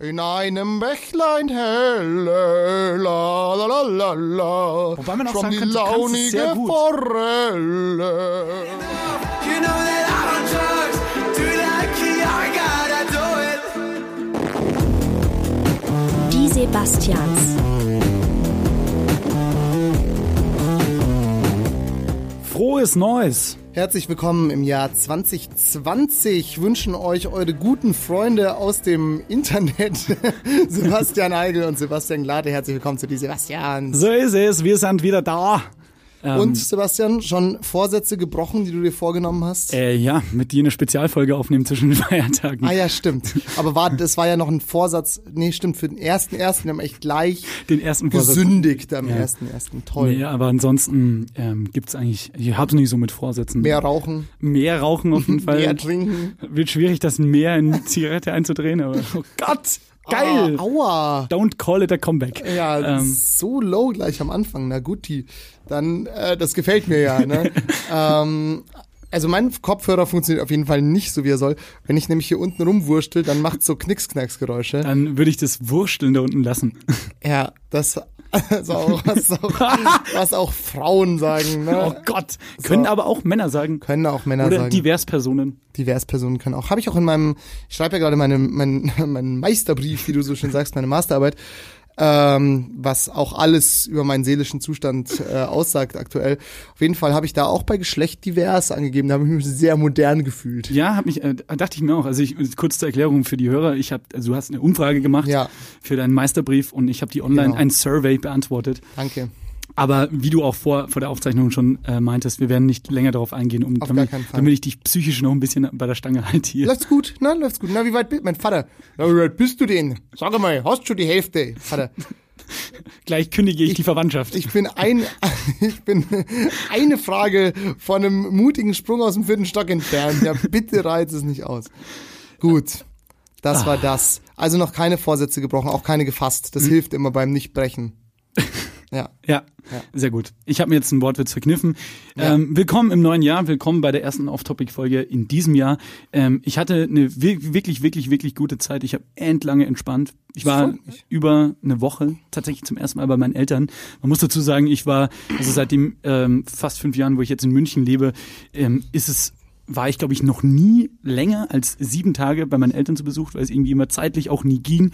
in einem Bächlein helle, la la la la la, Wobei man auch schwamm sagen die könnte, du kannst es sehr launige gut. Forelle. You know that I'm on drugs. Do that key, I gotta do it. Die Sebastians. Frohes Neues. Herzlich willkommen im Jahr 2020. Wünschen euch eure guten Freunde aus dem Internet, Sebastian Eigel und Sebastian Glade. Herzlich willkommen zu die Sebastians. So ist es, wir sind wieder da. Ähm. Und Sebastian, schon Vorsätze gebrochen, die du dir vorgenommen hast? Äh, ja, mit dir eine Spezialfolge aufnehmen zwischen den Feiertagen. Ah ja, stimmt. Aber war, das war ja noch ein Vorsatz. Nee, stimmt, für den ersten ersten. Wir haben echt gleich Den ersten Vorsatz. gesündigt am ersten ersten. Toll. Nee, aber ansonsten ähm, gibt's eigentlich, ich hab's nicht so mit Vorsätzen. Mehr rauchen, Mehr rauchen auf jeden Fall. mehr trinken. Wird schwierig, das Meer in Zigarette einzudrehen, aber oh Gott, geil. Ah, aua. Don't call it a comeback. Ja, Ähm, so low gleich am Anfang. Na gut, die. Dann, äh, das gefällt mir ja. Ne? ähm, also mein Kopfhörer funktioniert auf jeden Fall nicht so, wie er soll. Wenn ich nämlich hier unten rumwurschtel, dann macht so Knicks-Knacks-Geräusche. dann würde ich das Wursteln da unten lassen. Ja, das ist auch, was auch, was auch Frauen sagen. Ne? Oh Gott, können aber auch Männer sagen. Können auch Männer Oder sagen. Diverspersonen. Diverspersonen können auch. Habe ich auch in meinem, ich schreibe ja gerade meine, meinen meinen Meisterbrief, wie du so schön sagst, meine Masterarbeit, ähm, was auch alles über meinen seelischen Zustand äh, aussagt aktuell. Auf jeden Fall habe ich da auch bei Geschlecht divers angegeben, da habe ich mich sehr modern gefühlt. Ja, hab mich, äh, dachte ich mir auch. Also ich, kurz zur Erklärung für die Hörer. Ich hab, also du hast eine Umfrage gemacht Ja. für deinen Meisterbrief und ich habe die online Genau. ein Survey beantwortet. Danke. Aber wie du auch vor, vor der Aufzeichnung schon äh, meintest, wir werden nicht länger darauf eingehen, um, Auf damit, gar keinen Fall. damit ich dich psychisch noch ein bisschen bei der Stange halte hier. Läuft's gut? Na, läuft's gut. Na, wie weit bist Mein Vater. Na, wie weit bist du denn? Sag mal, hast schon die Hälfte? Vater. Gleich kündige ich, die Verwandtschaft. Ich bin ein, ich bin eine Frage von einem mutigen Sprung aus dem vierten Stock entfernt. Ja, bitte reiz es nicht aus. Gut. Das war das. Also noch keine Vorsätze gebrochen, auch keine gefasst. Hm. Das hilft immer beim Nichtbrechen. Ja. ja, sehr gut. Ich habe mir jetzt einen Wortwitz verkniffen. Ähm, willkommen im neuen Jahr, willkommen bei der ersten Off-Topic-Folge in diesem Jahr. Ähm, ich hatte eine wir- wirklich, wirklich, wirklich gute Zeit. Ich habe endlange entspannt. Ich war über eine Woche tatsächlich zum ersten Mal bei meinen Eltern. Man muss dazu sagen, ich war, also seit dem ähm, fast fünf Jahren, wo ich jetzt in München lebe, ähm, ist es war ich, glaube ich, noch nie länger als sieben Tage bei meinen Eltern zu Besuch, weil es irgendwie immer zeitlich auch nie ging.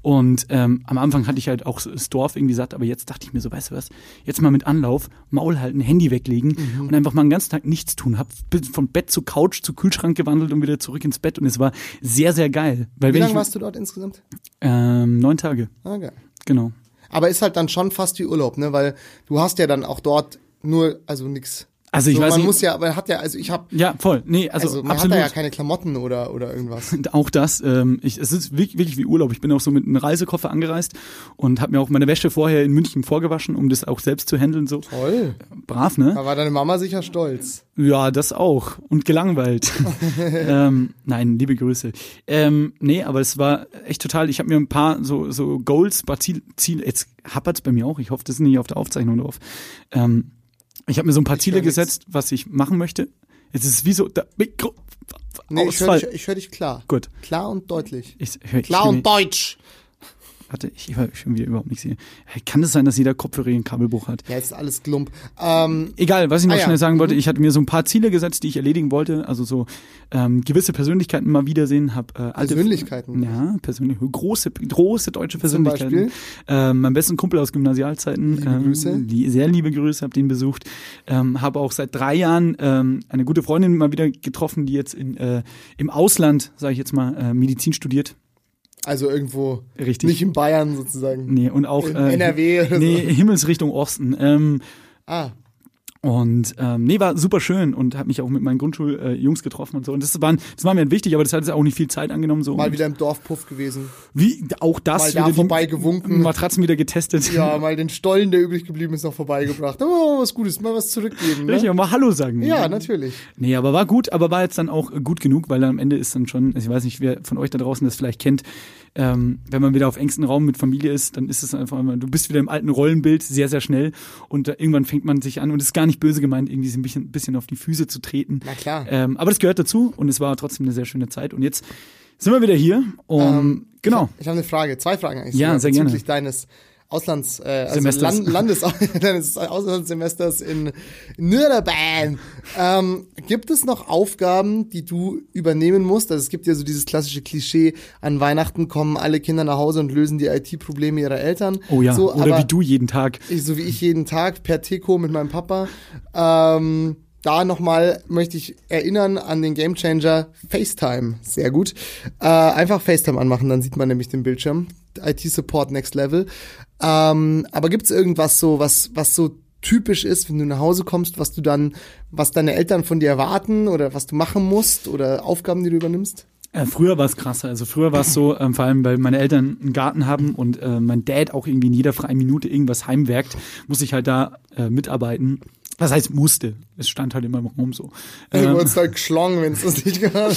Und ähm, am Anfang hatte ich halt auch das Dorf irgendwie satt, aber jetzt dachte ich mir so, weißt du was, jetzt mal mit Anlauf, Maul halten, Handy weglegen Mhm. und einfach mal den ganzen Tag nichts tun. Hab bin von Bett zu Couch zu Kühlschrank gewandelt und wieder zurück ins Bett und es war sehr, sehr geil. Weil Wie wenn lange ich, warst du dort insgesamt? Ähm, neun Tage, Ah, geil. genau. Aber ist halt dann schon fast wie Urlaub, ne? Weil du hast ja dann auch dort nur, also nix. Also ich so, weiß man nicht- muss ja, weil hat ja, also ich habe, Ja, voll. Nee, also, also man absolut. hat da ja keine Klamotten oder oder irgendwas. Und auch das, ähm, ich, es ist wirklich, wirklich wie Urlaub. Ich bin auch so mit einem Reisekoffer angereist und habe mir auch meine Wäsche vorher in München vorgewaschen, um das auch selbst zu handeln. So Toll. brav, ne? Da war deine Mama sicher stolz. Ja, das auch. Und gelangweilt. ähm, nein, liebe Grüße. Ähm, nee, aber es war echt total. Ich habe mir ein paar so, so Goals, paar Ziel, Ziel jetzt happert's bei mir auch. Ich hoffe, das ist nicht auf der Aufzeichnung drauf. Ähm, ich habe mir so ein paar Ziele nix. gesetzt, was ich machen möchte. Es ist wie so. Da, Mikro, Nee, ich höre Ausfall. dich, ich hör dich klar. Gut. Klar und deutlich. Ich, hör, ich, Klar hör und mir- deutsch. Warte, ich höre schon wieder überhaupt nichts hier. Hey, Kann es sein, dass jeder Kopfhörer hier ein Kabelbruch hat? Ja, ist alles glump. Ähm, Egal, was ich noch Ah, ja. schnell sagen wollte, ich hatte mir so ein paar Ziele gesetzt, die ich erledigen wollte. Also so ähm, gewisse Persönlichkeiten mal wiedersehen, habe äh, alte- Persönlichkeiten? Ja, persönlich große, große deutsche Persönlichkeiten. Beispiel? Ähm, mein besten Kumpel aus Gymnasialzeiten. ähm, Grüße. Die, sehr liebe Grüße, habe den besucht. Ähm, habe auch seit drei Jahren ähm, eine gute Freundin mal wieder getroffen, die jetzt in, äh, im Ausland, sage ich jetzt mal, äh, Medizin studiert. also irgendwo. Richtig. Nicht in Bayern sozusagen. Nee, und auch äh, In NRW oder so. nee, Himmelsrichtung Osten. Ähm, Ah, Und ähm, nee, war super schön und habe mich auch mit meinen Grundschuljungs getroffen und so. Und das, waren, das war mir wichtig, aber das hat jetzt auch nicht viel Zeit angenommen. So. mal Und wieder im Dorfpuff gewesen. wie auch das mal da wieder die vorbeigewunken. Matratzen wieder getestet. Ja, mal den Stollen, der übrig geblieben ist, noch vorbeigebracht. Aber mal was Gutes, mal was zurückgeben. Richtig, Ne? aber mal Hallo sagen. Ja, ne? natürlich. Nee, aber war gut, aber war jetzt dann auch gut genug, weil am Ende ist dann schon, also ich weiß nicht, wer von euch da draußen das vielleicht kennt, ähm, wenn man wieder auf engstem Raum mit Familie ist, dann ist es einfach immer, du bist wieder im alten Rollenbild sehr, sehr schnell und da, irgendwann fängt man sich an und ist gar nicht böse gemeint, irgendwie so ein bisschen, bisschen auf die Füße zu treten. Na klar. Ähm, aber das gehört dazu und es war trotzdem eine sehr schöne Zeit und jetzt Sind wir wieder hier? Um, Ähm, genau. Ich habe eine Frage, zwei Fragen eigentlich. Ja, sogar, sehr gerne. Bezüglich deines Auslands, äh, also Semesters. Land, Landes, deines Auslandssemesters in Nürnberg. Ähm, gibt es noch Aufgaben, die du übernehmen musst? Also es gibt ja so dieses klassische Klischee, an Weihnachten kommen alle Kinder nach Hause und lösen die IT-Probleme ihrer Eltern. Oh ja, so, oder aber wie du jeden Tag. Ich, so wie ich jeden Tag per Teko mit meinem Papa. Ähm, da nochmal möchte ich erinnern an den Gamechanger FaceTime. Sehr gut. Äh, einfach FaceTime anmachen, dann sieht man nämlich den Bildschirm. IT-Support Next Level. Ähm, aber gibt's irgendwas so, was, was so typisch ist, wenn du nach Hause kommst, was du dann, was deine Eltern von dir erwarten oder was du machen musst oder Aufgaben, die du übernimmst? Äh, früher war es krasser. Also früher war es so, ähm, vor allem weil meine Eltern einen Garten haben und äh, mein Dad auch irgendwie in jeder freien Minute irgendwas heimwerkt, muss ich halt da äh, mitarbeiten. Was heißt musste? Es stand halt immer im Raum so. Du Ähm, wurdest halt geschlungen, wenn es das nicht gehört.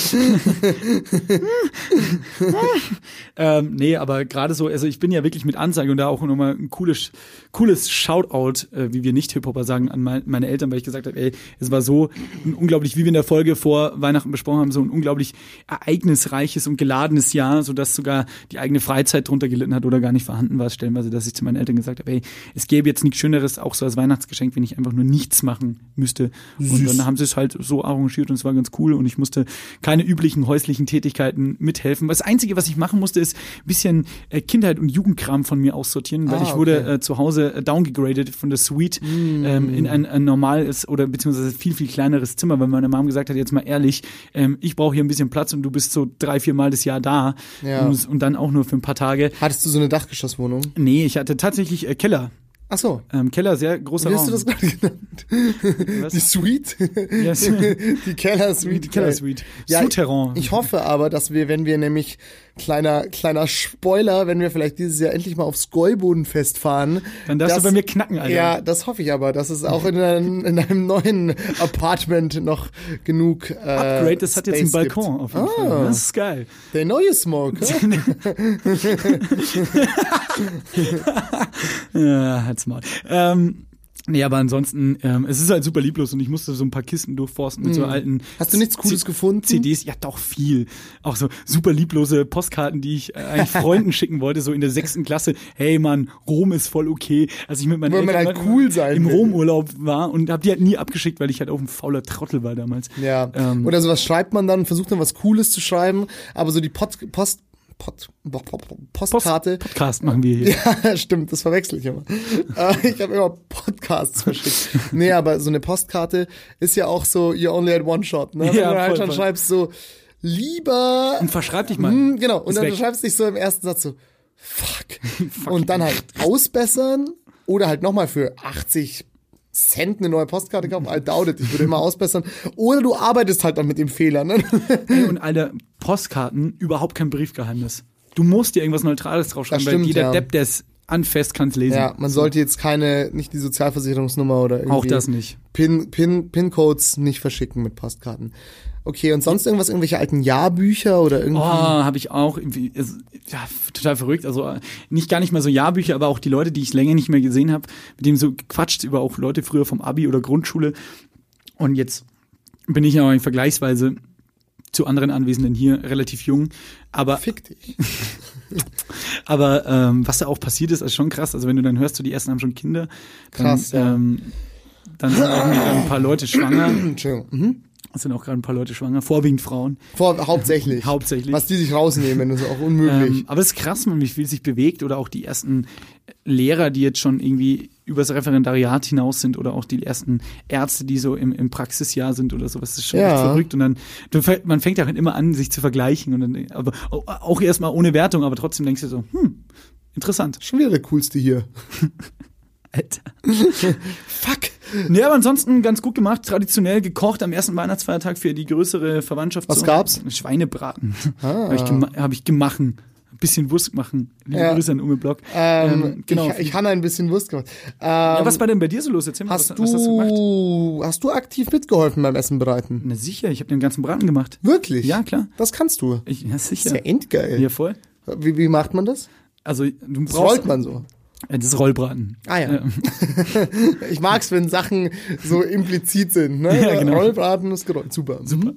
ähm, nee, aber gerade so, also ich bin ja wirklich mit Ansage und da auch nochmal ein cooles, cooles Shoutout, äh, wie wir nicht Hip-Hopper sagen, an mein, meine Eltern, weil ich gesagt habe, ey, es war so ein unglaublich, wie wir in der Folge vor Weihnachten besprochen haben, so ein unglaublich ereignisreiches und geladenes Jahr, sodass sogar die eigene Freizeit drunter gelitten hat oder gar nicht vorhanden war, stellenweise, dass ich zu meinen Eltern gesagt habe, ey, es gäbe jetzt nichts Schöneres, auch so als Weihnachtsgeschenk, wenn ich einfach nur nichts machen müsste. Und dann haben sie es halt so arrangiert und es war ganz cool und ich musste keine üblichen häuslichen Tätigkeiten mithelfen. Das Einzige, was ich machen musste, ist ein bisschen äh, Kindheit und Jugendkram von mir aussortieren, weil Ah, ich wurde okay. Mm. äh, zu Hause äh, downgegradet von der Suite ähm, in ein, ein normales oder beziehungsweise viel, viel kleineres Zimmer, weil meine Mom gesagt hat, jetzt mal ehrlich, ähm, ich brauche hier ein bisschen Platz und du bist so drei, vier Mal das Jahr da Ja. und, und dann auch nur für ein paar Tage. Hattest du so eine Dachgeschosswohnung? Nee, ich hatte tatsächlich äh, Keller. Ach so. Ähm, Keller, sehr großer Wie hast Raum. du das gerade genannt? Die Suite? Yes. die Keller Suite. Die Keller Suite. Ja, Souterrain. Ich hoffe aber, dass wir, wenn wir nämlich, kleiner, kleiner Spoiler, wenn wir vielleicht dieses Jahr endlich mal aufs Gäubodenfest fahren. Dann darfst du dass- bei mir knacken, Alter. Ja, das hoffe ich aber, dass es auch in einem, in einem neuen Apartment noch genug äh, Upgrade, das hat jetzt einen Space Gibt. Balkon Ah. auf jeden Fall. Das ist geil. Der neue Smoke. hä? Ja, halt's mal. Ähm, nee, aber ansonsten, ähm, es ist halt super lieblos und ich musste so ein paar Kisten durchforsten mit so alten. Mhm. Hast du nichts C- Cooles gefunden? CDs, ja doch viel. Auch so super lieblose Postkarten, die ich äh, eigentlich Freunden schicken wollte, so in der sechsten Klasse. Hey Mann, Rom ist voll okay. Also ich mit meinen Weil man Eltern halt cool sein im will. Romurlaub war und hab die halt nie abgeschickt, weil ich halt auch ein fauler Trottel war damals. Ähm, Ja. Oder sowas schreibt man dann, versucht dann was Cooles zu schreiben, aber so die Pod, Post, Pod, Bo- Bo- Bo- Post Postkarte. Podcast machen wir hier. Ja, stimmt, das verwechsel ich immer. Äh, ich habe immer Podcasts verschickt. Nee, aber so eine Postkarte ist ja auch so, you only had one shot. Ne? Wenn Ja, du halt voll, schon voll. schreibst so, lieber Und verschreib dich mal. Mm, Genau, und Ist dann weg. schreibst dich so im ersten Satz so, fuck. und dann halt ausbessern oder halt nochmal für 80 Cent eine neue Postkarte kaufen. I doubt it, ich würde immer ausbessern. Oder du arbeitest halt dann mit dem Fehler. Ne? Ey, und Alter, Postkarten, überhaupt kein Briefgeheimnis. Du musst dir irgendwas Neutrales draufschreiben, Das stimmt, weil jeder ja. Depp, der es anfasst, kann es lesen. Ja, man sollte jetzt keine, nicht die Sozialversicherungsnummer oder irgendwie Auch das nicht. Pin, Pin, Pin-Codes nicht verschicken mit Postkarten. Okay, und sonst irgendwas, irgendwelche alten Jahrbücher oder irgendwie. Oh, habe ich auch. irgendwie- es- Ja, f- total verrückt. Also äh, nicht gar nicht mal so Jahrbücher, aber auch die Leute, die ich länger nicht mehr gesehen habe, mit denen so gequatscht über auch Leute früher vom Abi oder Grundschule. Und jetzt bin ich ja auch vergleichsweise zu anderen Anwesenden hier relativ jung. Aber Fick dich. Aber ähm, was da auch passiert ist, ist schon krass. Also wenn du dann hörst, so die ersten haben schon Kinder, dann, Krass, ja. ähm, dann sind auch wieder ein paar Leute schwanger. Entschuldigung. Mhm. Es sind auch gerade ein paar Leute schwanger, vorwiegend Frauen. Vor, hauptsächlich. Hauptsächlich. Was die sich rausnehmen, ist auch unmöglich. Ähm, aber es ist krass, man, wie viel sich bewegt oder auch die ersten Lehrer, die jetzt schon irgendwie übers Referendariat hinaus sind oder auch die ersten Ärzte, die so im, im Praxisjahr sind oder sowas. Das ist schon Ja. echt verrückt. Und dann, du, fäng- man fängt auch immer an, sich zu vergleichen und dann, aber auch erstmal ohne Wertung, aber trotzdem denkst du so, hm, interessant. Schon wieder der coolste hier. Alter. Fuck. Nee, aber ansonsten ganz gut gemacht, traditionell gekocht am ersten Weihnachtsfeiertag für die größere Verwandtschaft. Was gab's? Ah. Schweinebraten. Habe ich, gema hab ich gemachen. Ein bisschen Wurst machen. Liebe Ja. Grüße an Ume Block. Ähm, Ähm, genau. Ich, ich habe ein bisschen Wurst gemacht. Ähm, ja, was war denn bei dir so los? Erzähl mal, hast, was, du, was hast du gemacht? hast du aktiv mitgeholfen beim Essen bereiten? Na sicher, ich habe den ganzen Braten gemacht. Wirklich? Ja, klar. Das kannst du. Ich, ja, Das ist sicher. ja endgeil. Ja, voll. Wie, wie macht man das? Also, du Das rollt brauchst, man so. Äh, Das ist Rollbraten. Ah ja. Ich mag's, wenn Sachen so implizit sind. Ne? Ja, genau. Rollbraten ist gerollt. Super. Super.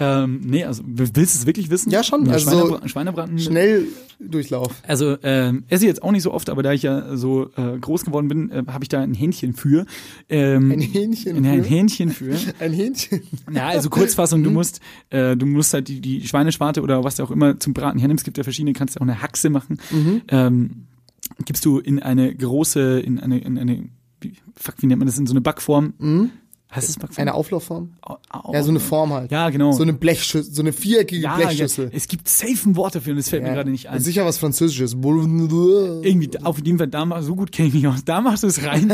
Ähm, nee, also w- willst du es wirklich wissen? Ja, schon, also Schweinebra Schweinebraten. Schnell Durchlauf. Also ähm, esse ich jetzt auch nicht so oft, aber da ich ja so äh, groß geworden bin, äh, habe ich da ein Hähnchen für. Ähm, Ein Hähnchen. ein für- Mhm. Hähnchen für. Ein Hähnchen. Ja, also Kurzfassung, du musst, äh, du musst halt die, die Schweineschwarte oder was du auch immer zum Braten hernimmst, gibt ja verschiedene, kannst ja auch eine Haxe machen. Mhm. Ähm, gibst du in eine große, in eine, in eine, wie, fuck, wie nennt man das, in so eine Backform? Heißt das Backform? Mhm. Eine Auflaufform? Au- au- Ja, so eine Form halt. Ja, genau. So eine Blechschüssel, so eine viereckige Ja, Blechschüssel. Also ja, es gibt safe ein Wort dafür und es fällt mir gerade nicht ein. Sicher was Französisches. Da Irgendwie, auf jeden Fall, da, mach- so gut kenne ich mich aus, da machst du es rein.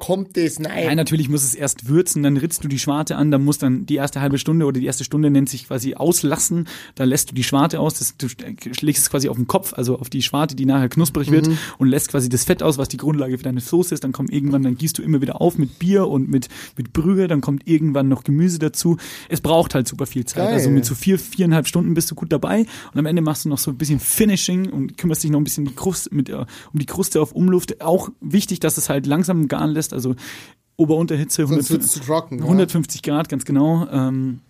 kommt es, Nein, nein. natürlich muss es erst würzen, dann ritzt du die Schwarte an, dann muss dann die erste halbe Stunde oder die erste Stunde nennt sich quasi auslassen, dann lässt du die Schwarte aus, das, du schlägst es quasi auf den Kopf, also auf die Schwarte, die nachher knusprig wird und lässt quasi das Fett aus, was die Grundlage für deine Soße ist, dann kommt irgendwann, dann gießt du immer wieder auf mit Bier und mit, mit Brühe, dann kommt irgendwann noch Gemüse dazu. Es braucht halt super viel Zeit, Geil. also mit so vier, viereinhalb Stunden bist du gut dabei und am Ende machst du noch so ein bisschen Finishing und kümmerst dich noch ein bisschen die Krust, mit, äh, um die Kruste auf Umluft. Auch wichtig, dass es halt langsam garen lässt, also Ober-Unterhitze, Sonst wird's zu 150, trocken. ja. 150 Grad, ganz genau. Ähm,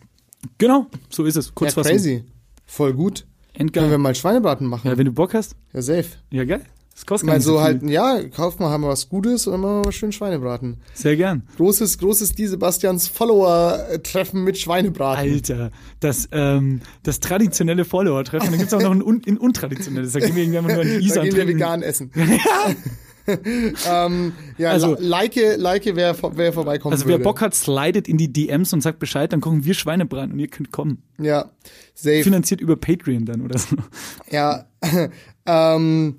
genau, so ist es. Ja, Kurzfassung. crazy. Voll gut. Können wir Endgeil. mal Schweinebraten machen? Ja, Äh, wenn du Bock hast, Ja, safe. ja geil. Das kostet gar Mal nicht so viel. halt, ja, kauf mal, haben wir was Gutes und dann machen wir mal schön Schweinebraten. Sehr gern. Großes, großes die Sebastians Follower-Treffen mit Schweinebraten. Alter, das, ähm, das traditionelle Follower-Treffen. Dann gibt's auch noch ein, un, ein untraditionelles. Da gehen wir irgendwann mal nur an die da Isar gehen wir trinken. vegan essen. ähm, ja, Also- also, like, like, wer, vor- wer vorbeikommt. Also wer würde. Bock hat, slidet in die DMs und sagt Bescheid, dann kochen wir Schweinebraten und ihr könnt kommen. Ja, safe. Finanziert über Patreon dann oder so. Ja, ähm,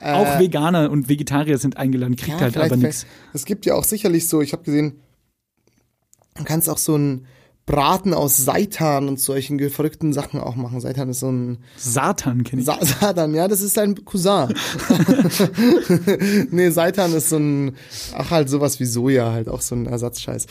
Auch Veganer und Vegetarier sind eingeladen, Äh, kriegt ja halt aber vielleicht- nichts. Es gibt ja auch sicherlich so, ich habe gesehen, man kann es auch so ein Braten aus Seitan und solchen ge- verrückten Sachen auch machen. Seitan ist so ein Satan kenne ich. Sa Satan, ja, das ist sein Cousin. nee, Seitan ist so ein, ach halt sowas wie Soja, halt auch so ein Ersatzscheiß.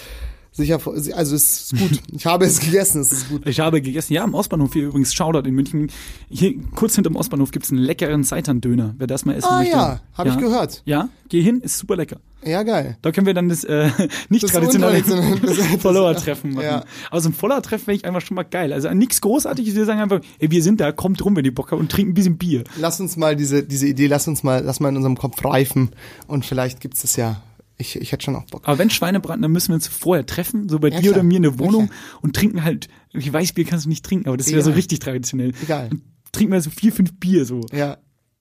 Sicher, vor- also es ist gut. Ich habe es gegessen, es ist gut. ich habe gegessen, ja, am Ostbahnhof hier übrigens, Shoutout in München. Hier kurz hinterm Ostbahnhof gibt's einen leckeren Seitan-Döner, wer das mal essen Ah möchte. ja, habe ich gehört. Ja, geh hin, ist super lecker. Ja, geil. Da können wir dann das äh, nicht Das traditionelle untraditionelle- das- das- Follower-Treffen machen. ja. Aber so ein Follower-Treffen finde ich einfach schon mal geil. Also nichts Großartiges, wir sagen einfach, ey, wir sind da, kommt rum, wenn ihr Bock habt und trinkt ein bisschen Bier. Lass uns mal diese, diese Idee, lass uns mal, lass mal in unserem Kopf reifen und vielleicht gibt's das ja. Ich, ich hätte schon auch Bock. Aber wenn Schweinebraten, dann müssen wir uns vorher treffen, so bei dir klar. oder mir in der Ja, Wohnung klar. und trinken halt, ich weiß, Bier kannst du nicht trinken, aber das wäre so Egal. richtig traditionell. Egal. Und trinken wir so vier, fünf Bier so. Ja.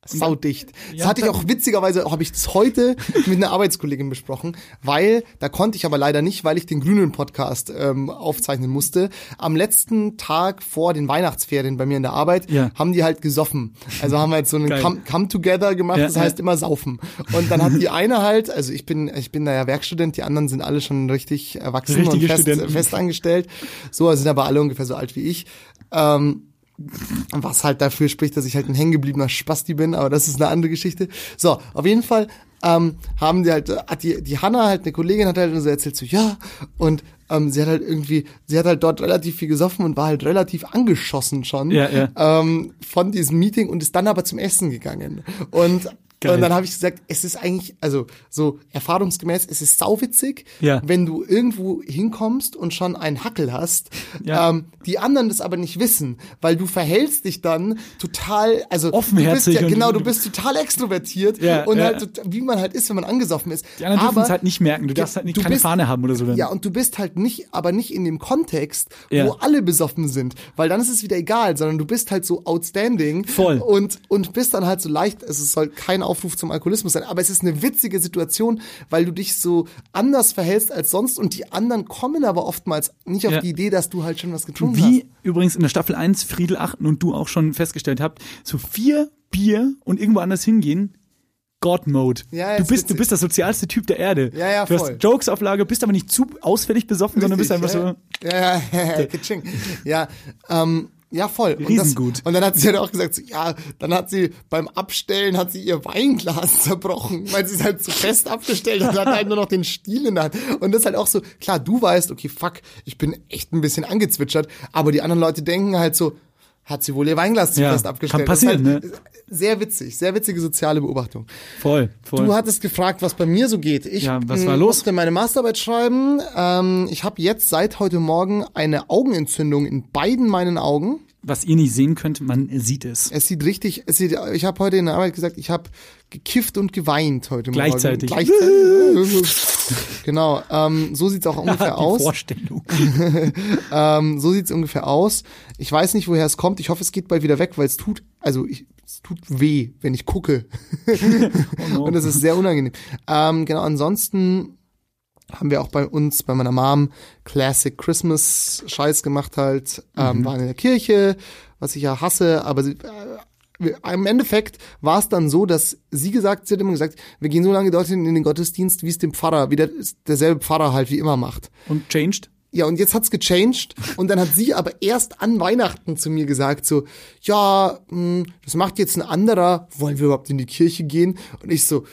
Saudicht. Das Ja, hatte ich dann- auch witzigerweise, habe ich das heute mit einer Arbeitskollegin besprochen, weil, da konnte ich aber leider nicht, weil ich den grünen Podcast ähm, aufzeichnen musste. Am letzten Tag vor den Weihnachtsferien bei mir in der Arbeit Ja. haben die halt gesoffen. Also haben halt so einen Geil. Come, Come Together gemacht, Ja, das ja. heißt immer saufen. Und dann hat die eine halt, also ich bin, ich bin da ja Werkstudent, die anderen sind alle schon richtig erwachsen Richtige und fest, Studenten. fest angestellt. So, also sind aber alle ungefähr so alt wie ich. Ähm, was halt dafür spricht, dass ich halt ein hängengebliebener Spasti bin, aber das ist eine andere Geschichte. So, auf jeden Fall ähm, haben die halt, hat die, die Hanna, halt eine Kollegin, hat halt so erzählt, so ja, und ähm, sie hat halt irgendwie, sie hat halt dort relativ viel gesoffen und war halt relativ angeschossen schon Ja, ja. ähm, von diesem Meeting und ist dann aber zum Essen gegangen. Und, Geil. und dann habe ich gesagt, es ist eigentlich, also so erfahrungsgemäß, es ist sauwitzig, Ja. wenn du irgendwo hinkommst und schon einen Hackel hast, Ja. ähm, die anderen das aber nicht wissen, weil du verhältst dich dann total, also Offenherzig Du bist ja, und- genau, du bist total extrovertiert Ja, und ja. halt tot- wie man halt ist, wenn man angesoffen ist. Die anderen dürfen aber, es halt nicht merken, du darfst halt nicht du keine bist- Fahne haben oder so. Dann. ja, und du bist halt nicht, aber nicht in dem Kontext, Ja. wo alle besoffen sind, weil dann ist es wieder egal, sondern du bist halt so outstanding. Voll. Und, und bist dann halt so leicht, also es soll kein Aufruf zum Alkoholismus sein, aber es ist eine witzige Situation, weil du dich so anders verhältst als sonst und die anderen kommen aber oftmals nicht auf Ja. die Idee, dass du halt schon was getrunken hast. Wie übrigens in der Staffel 1 Friedel Achten und du auch schon festgestellt habt, so vier Bier und irgendwo anders hingehen, God-Mode. Ja, ja, du, ist bist, du witzig. bist der sozialste Typ der Erde. Ja, ja, du voll. hast Jokes auf Lager, bist aber nicht zu ausfällig besoffen, sondern bist einfach Richtig, so. ja, so. Ja, ja, Kitsching. ja, ähm, ja, voll. Und Riesengut. Das, und dann hat sie halt auch gesagt, so, ja, dann hat sie beim Abstellen hat sie ihr Weinglas zerbrochen, weil sie es halt zu fest abgestellt hat, hat halt nur noch den Stiel in der Hand. Und das ist halt auch so, klar, du weißt, okay, fuck, ich bin echt ein bisschen angezwitschert, aber die anderen Leute denken halt so, hat sie wohl ihr Weinglas zu Ja, fest kann abgestellt. passieren, Das ist halt ne? Sehr witzig, sehr witzige soziale Beobachtung. Voll, voll. Du hattest gefragt, was bei mir so geht. Ich Ja, was war ähm, los? musste meine Masterarbeit schreiben. Ähm, ich habe jetzt seit heute Morgen eine Augenentzündung in beiden meinen Augen. Was ihr nicht sehen könnt, man sieht es. Es sieht richtig, es sieht, ich habe heute in der Arbeit gesagt, ich habe gekifft und geweint heute Gleichzeitig. Morgen. Gleichzeitig. genau, ähm, so sieht's auch ungefähr Die aus. Vorstellung. Ähm, so sieht's ungefähr aus. Ich weiß nicht, woher es kommt. Ich hoffe, es geht bald wieder weg, weil es tut, also ich, es tut weh, wenn ich gucke. Und das ist sehr unangenehm. Ähm, genau, ansonsten haben wir auch bei uns, bei meiner Mom, Classic Christmas Scheiß gemacht halt, ähm, waren in der Kirche, was ich ja hasse, aber sie, äh, wir- im Endeffekt war es dann so, dass sie gesagt, sie hat immer gesagt, wir gehen so lange dort in den Gottesdienst, wie es dem Pfarrer, wie der, derselbe Pfarrer halt wie immer macht. Und changed? Ja, und jetzt hat's gechanged und dann hat sie aber erst an Weihnachten zu mir gesagt so, ja, mh, das macht jetzt ein anderer, wollen wir überhaupt in die Kirche gehen? Und ich so,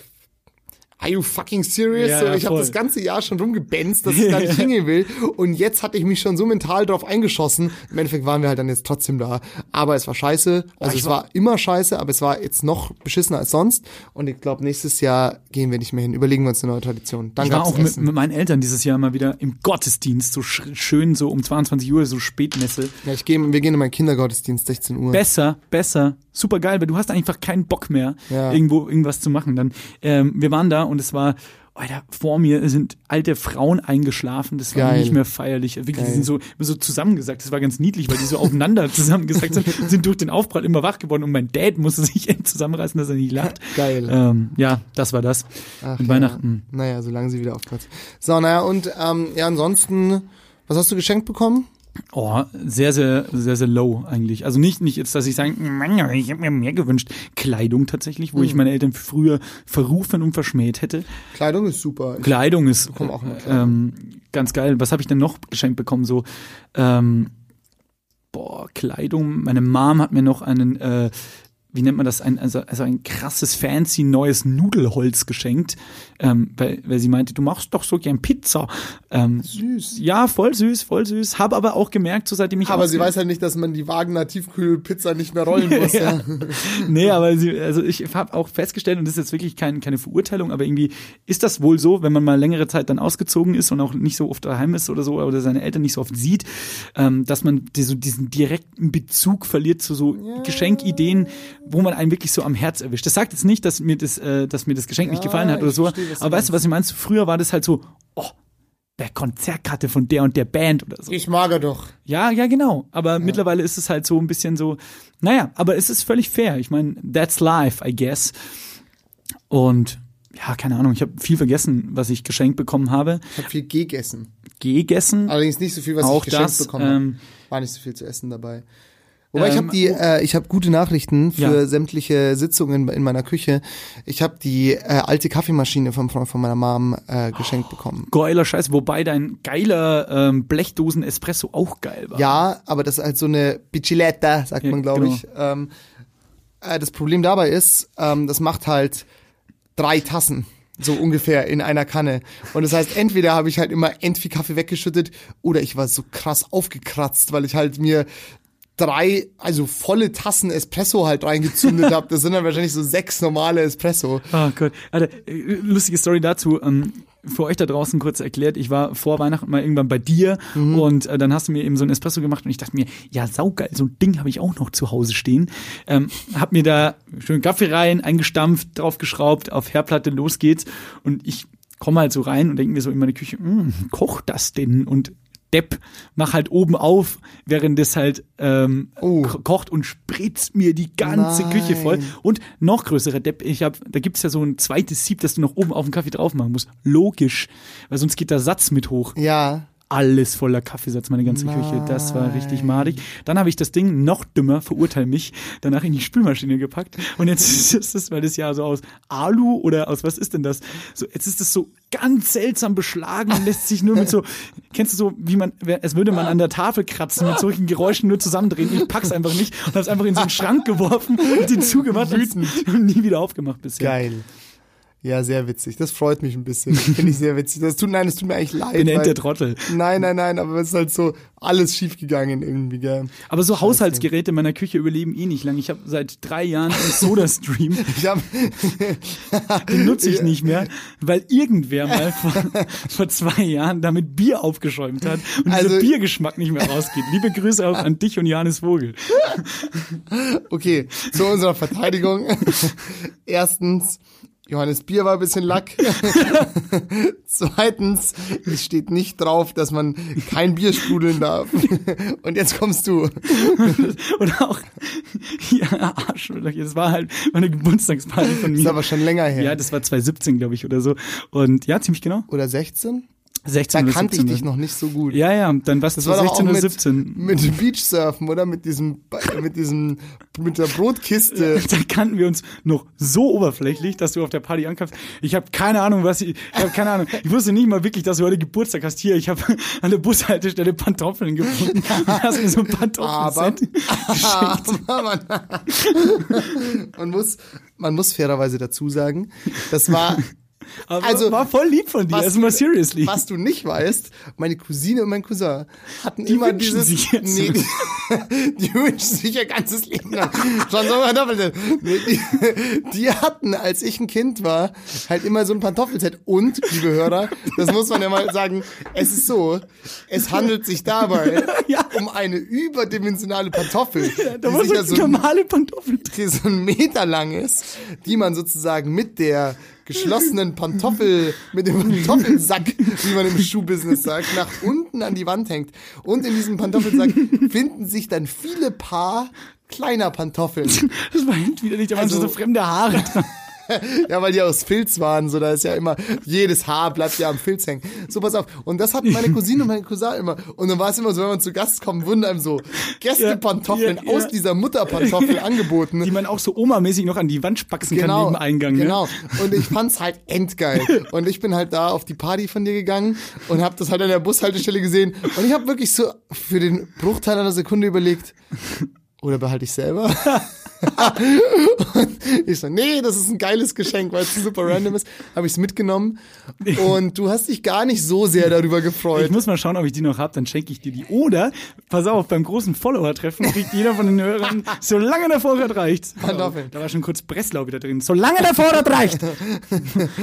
are you fucking serious? Ja, so, ja, ich habe voll. das ganze Jahr schon rumgebenzt, dass ich da nicht hingehen will und jetzt hatte ich mich schon so mental drauf eingeschossen. Im Endeffekt waren wir halt dann jetzt trotzdem da, aber es war scheiße, also es war immer scheiße, aber es war jetzt noch beschissener als sonst und ich glaube, nächstes Jahr gehen wir nicht mehr hin, überlegen wir uns eine neue Tradition. Dann Ich war gab's auch mit, Essen. mit meinen Eltern dieses Jahr mal wieder im Gottesdienst, so sch schön so um 22 Uhr, so Spätmesse. Ja, ich geh, wir gehen in meinen Kindergottesdienst, 16 Uhr. Besser, besser, super geil, weil du hast einfach keinen Bock mehr, Ja. irgendwo irgendwas zu machen. Dann, ähm, wir waren da und es war, Alter, vor mir sind alte Frauen eingeschlafen, das war Geil. nicht mehr feierlich. Wirklich, die sind so, immer so zusammengesackt, das war ganz niedlich, weil die so aufeinander zusammengesackt sind, sind durch den Aufprall immer wach geworden und mein Dad musste sich zusammenreißen, dass er nicht lacht. Geil. Ähm, ja, das war das. Mit Weihnachten. Ja. Naja, solange sie wieder aufplatzt. So, naja, und ähm, ja, ansonsten, was hast du geschenkt bekommen? Oh, sehr, sehr, sehr, sehr low eigentlich. Also nicht, nicht jetzt, dass ich sage, Mann, ich habe mir mehr gewünscht. Kleidung tatsächlich, wo Mhm. ich meine Eltern früher verrufen und verschmäht hätte. Kleidung ist super. Kleidung ist Komm, auch mal ähm, ganz geil. Was habe ich denn noch geschenkt bekommen? So, ähm, boah, Kleidung. Meine Mom hat mir noch einen, äh, wie nennt man das, ein, also, also ein krasses, fancy neues Nudelholz geschenkt, ähm, weil, weil sie meinte, du machst doch so gern Pizza. Ähm, Süß. ja, voll süß, voll süß. Habe aber auch gemerkt, so seitdem ich Aber sie ausge- weiß halt nicht, dass man die Wagner Tiefkühlpizza nicht mehr rollen muss. ja. nee, aber sie, also ich habe auch festgestellt, und das ist jetzt wirklich kein, keine Verurteilung, aber irgendwie ist das wohl so, wenn man mal längere Zeit dann ausgezogen ist und auch nicht so oft daheim ist oder so, oder seine Eltern nicht so oft sieht, ähm, dass man die, so diesen direkten Bezug verliert zu so Geschenkideen, wo man einen wirklich so am Herz erwischt. Das sagt jetzt nicht, dass mir das, äh, dass mir das Geschenk nicht gefallen hat oder ich so, verstehe, was du aber weißt du, was ich meinst? Früher war das halt so, oh, der Konzertkarte von der und der Band oder so. Ich mag er doch. Ja, ja, genau. Aber mittlerweile ist es halt so ein bisschen so, naja, aber es ist völlig fair. Ich meine, that's life, I guess. Und ja, keine Ahnung, ich habe viel vergessen, was ich geschenkt bekommen habe. Ich habe viel gegessen. Gegessen, Allerdings nicht so viel, Also, was auch ich geschenkt das. bekommen habe. ähm, War nicht so viel zu essen dabei. Wobei ich Ähm, habe die, äh, ich habe gute Nachrichten für Ja. sämtliche Sitzungen in meiner Küche. Ich habe die äh, alte Kaffeemaschine vom Freund von meiner Mom äh, geschenkt bekommen. geiler Scheiß, wobei dein geiler ähm, Blechdosen-Espresso auch geil war. Ja, aber das ist halt so eine Bicicletta, sagt Ja, man, glaube genau. ich. Ähm, äh, das Problem dabei ist, ähm, das macht halt drei Tassen, so ungefähr, in einer Kanne. Und das heißt, entweder habe ich halt immer end viel Kaffee weggeschüttet oder ich war so krass aufgekratzt, weil ich halt mir drei, also volle Tassen Espresso halt reingezündet habe. Das sind dann wahrscheinlich so sechs normale Espresso. Oh Gott. Alter, äh, lustige Story dazu. Ähm, für euch da draußen kurz erklärt, ich war vor Weihnachten mal irgendwann bei dir und äh, dann hast du mir eben so ein Espresso gemacht und ich dachte mir, ja, saugeil, so ein Ding habe ich auch noch zu Hause stehen. Ähm, hab mir da schön Kaffee rein, eingestampft, draufgeschraubt, auf Herdplatte, los geht's. Und ich komme halt so rein und denke mir so in meine Küche, "Mh, kocht das denn? Und Depp, mach halt oben auf, während das halt ähm, ko- kocht und spritzt mir die ganze Nein. Küche voll. Und noch größerer Depp, ich hab, da gibt's ja so ein zweites Sieb, das du noch oben auf den Kaffee drauf machen musst. Logisch, weil sonst geht der Satz mit hoch. Ja. Alles voller Kaffeesatz, meine ganze Küche. Das war richtig madig. Dann habe ich das Ding, noch dümmer, verurteil mich, danach in die Spülmaschine gepackt. Und jetzt ist es, weil das ja so aus Alu oder aus was ist denn das? So, jetzt ist es so ganz seltsam beschlagen und lässt sich nur mit so, kennst du so, wie man, es würde man an der Tafel kratzen mit solchen Geräuschen nur zusammendrehen. Ich pack's einfach nicht und hab's einfach in so einen Schrank geworfen und den zugemacht und nie wieder aufgemacht bisher. Geil. Ja, sehr witzig. Das freut mich ein bisschen. Finde ich sehr witzig. Das tut, nein, das tut mir eigentlich leid. Bin Ent weil, der Trottel. nein, nein, nein, aber es ist halt so alles schiefgegangen irgendwie, gell. Aber so Haushaltsgeräte in meiner Küche überleben eh nicht lang. Ich habe seit drei Jahren einen Soda-Stream, Ich hab, den nutze ich nicht mehr, weil irgendwer mal vor, vor zwei Jahren damit Bier aufgeschäumt hat und Also- dieser Biergeschmack nicht mehr rausgeht. Liebe Grüße auch an dich und Johannes Vogel. okay, zu unserer Verteidigung. Erstens, Johannes Bier war ein bisschen Lack. Zweitens, es steht nicht drauf, dass man kein Bier sprudeln darf. Und jetzt kommst du. Und auch, ja, Arsch, das war halt meine Geburtstagsparty von Ist mir. aber schon länger her. Ja, das war 2017, glaube ich, oder so. Und ja, ziemlich genau. Oder 16? 16 Da oder kannte ich 17. dich noch nicht so gut. Ja, ja, dann warst du Das war doch 16 auch mit, oder 17. mit Beachsurfen, oder? Mit diesem, mit diesem, mit der Brotkiste. Da kannten wir uns noch so oberflächlich, dass du auf der Party ankamst. Ich habe keine Ahnung, was ich, ich habe keine Ahnung. Ich wusste nicht mal wirklich, dass du heute Geburtstag hast. Hier, ich habe an der Bushaltestelle Pantoffeln gefunden. Du hast mir so ein Pantoffelset. Aber man, man muss, man muss fairerweise dazu sagen, das war, Aber Also, also war voll lieb von dir. was- Also mal seriously. was du nicht weißt, meine Cousine und mein Cousin hatten immer wünschen dieses, sich jetzt- nee, die, die wünschen sich ihr ganzes Leben lang. Schon so Pantoffelset. Nee, die, die hatten, als ich ein Kind war, halt immer so ein Pantoffelset und, liebe Hörer, das muss man ja mal sagen, es ist so, es handelt sich dabei Ja. um eine überdimensionale Pantoffel, da die war sich so ja so normale Pantoffeln drin. die so einen Meter lang ist, die man sozusagen mit der geschlossenen Pantoffel, mit dem Pantoffelsack, wie man im Schuhbusiness sagt, nach unten an die Wand hängt. Und in diesem Pantoffelsack finden sich dann viele Paar kleiner Pantoffeln. Das war halt wieder nicht, da waren so Also- fremde Haare dran. Ja, weil die aus Filz waren, so da ist ja immer, jedes Haar bleibt ja am Filz hängen. So, pass auf. Und das hatten meine Cousine und mein Cousin immer. Und dann war es immer so, wenn man zu Gast kommen, wurden einem so Gästepantoffel Ja, ja, aus ja. dieser Mutterpantoffel angeboten. Die man auch so omamäßig noch an die Wand spaxen kann neben Eingang. Ne? Genau. Und ich fand's halt endgeil. Und ich bin halt da auf die Party von dir gegangen und habe das halt an der Bushaltestelle gesehen. Und ich habe wirklich so für den Bruchteil einer Sekunde überlegt, oder behalte ich selber? und ich so, nee, das ist ein geiles Geschenk, weil es super random ist. Habe ich's mitgenommen. Und du hast dich gar nicht so sehr darüber gefreut. Ich muss mal schauen, ob ich die noch hab, dann schenke ich dir die. Oder, pass auf, beim großen Follower-Treffen kriegt jeder von den Hörern, solange der Vorrat reicht. Pantoffeln. Da war schon kurz Breslau wieder drin. Solange der Vorrat reicht.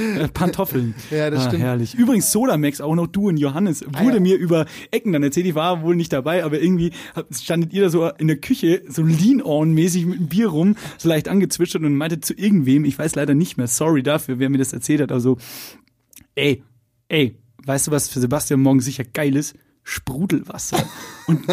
Äh, Pantoffeln. Ah, Ja, das stimmt. Ah, Herrlich. Übrigens, Sodamax, auch noch du und Johannes, wurde ja. mir über Ecken dann erzählt. Ich war wohl nicht dabei, aber irgendwie hab- standet ihr da so in der Küche, so lean-on-mäßig mit dem Bier rum, so leicht angezwitschert und meinte zu irgendwem, ich weiß leider nicht mehr, sorry dafür, wer mir das erzählt hat, also, ey, ey, weißt du, was für Sebastian morgen sicher geil ist? Sprudelwasser. Und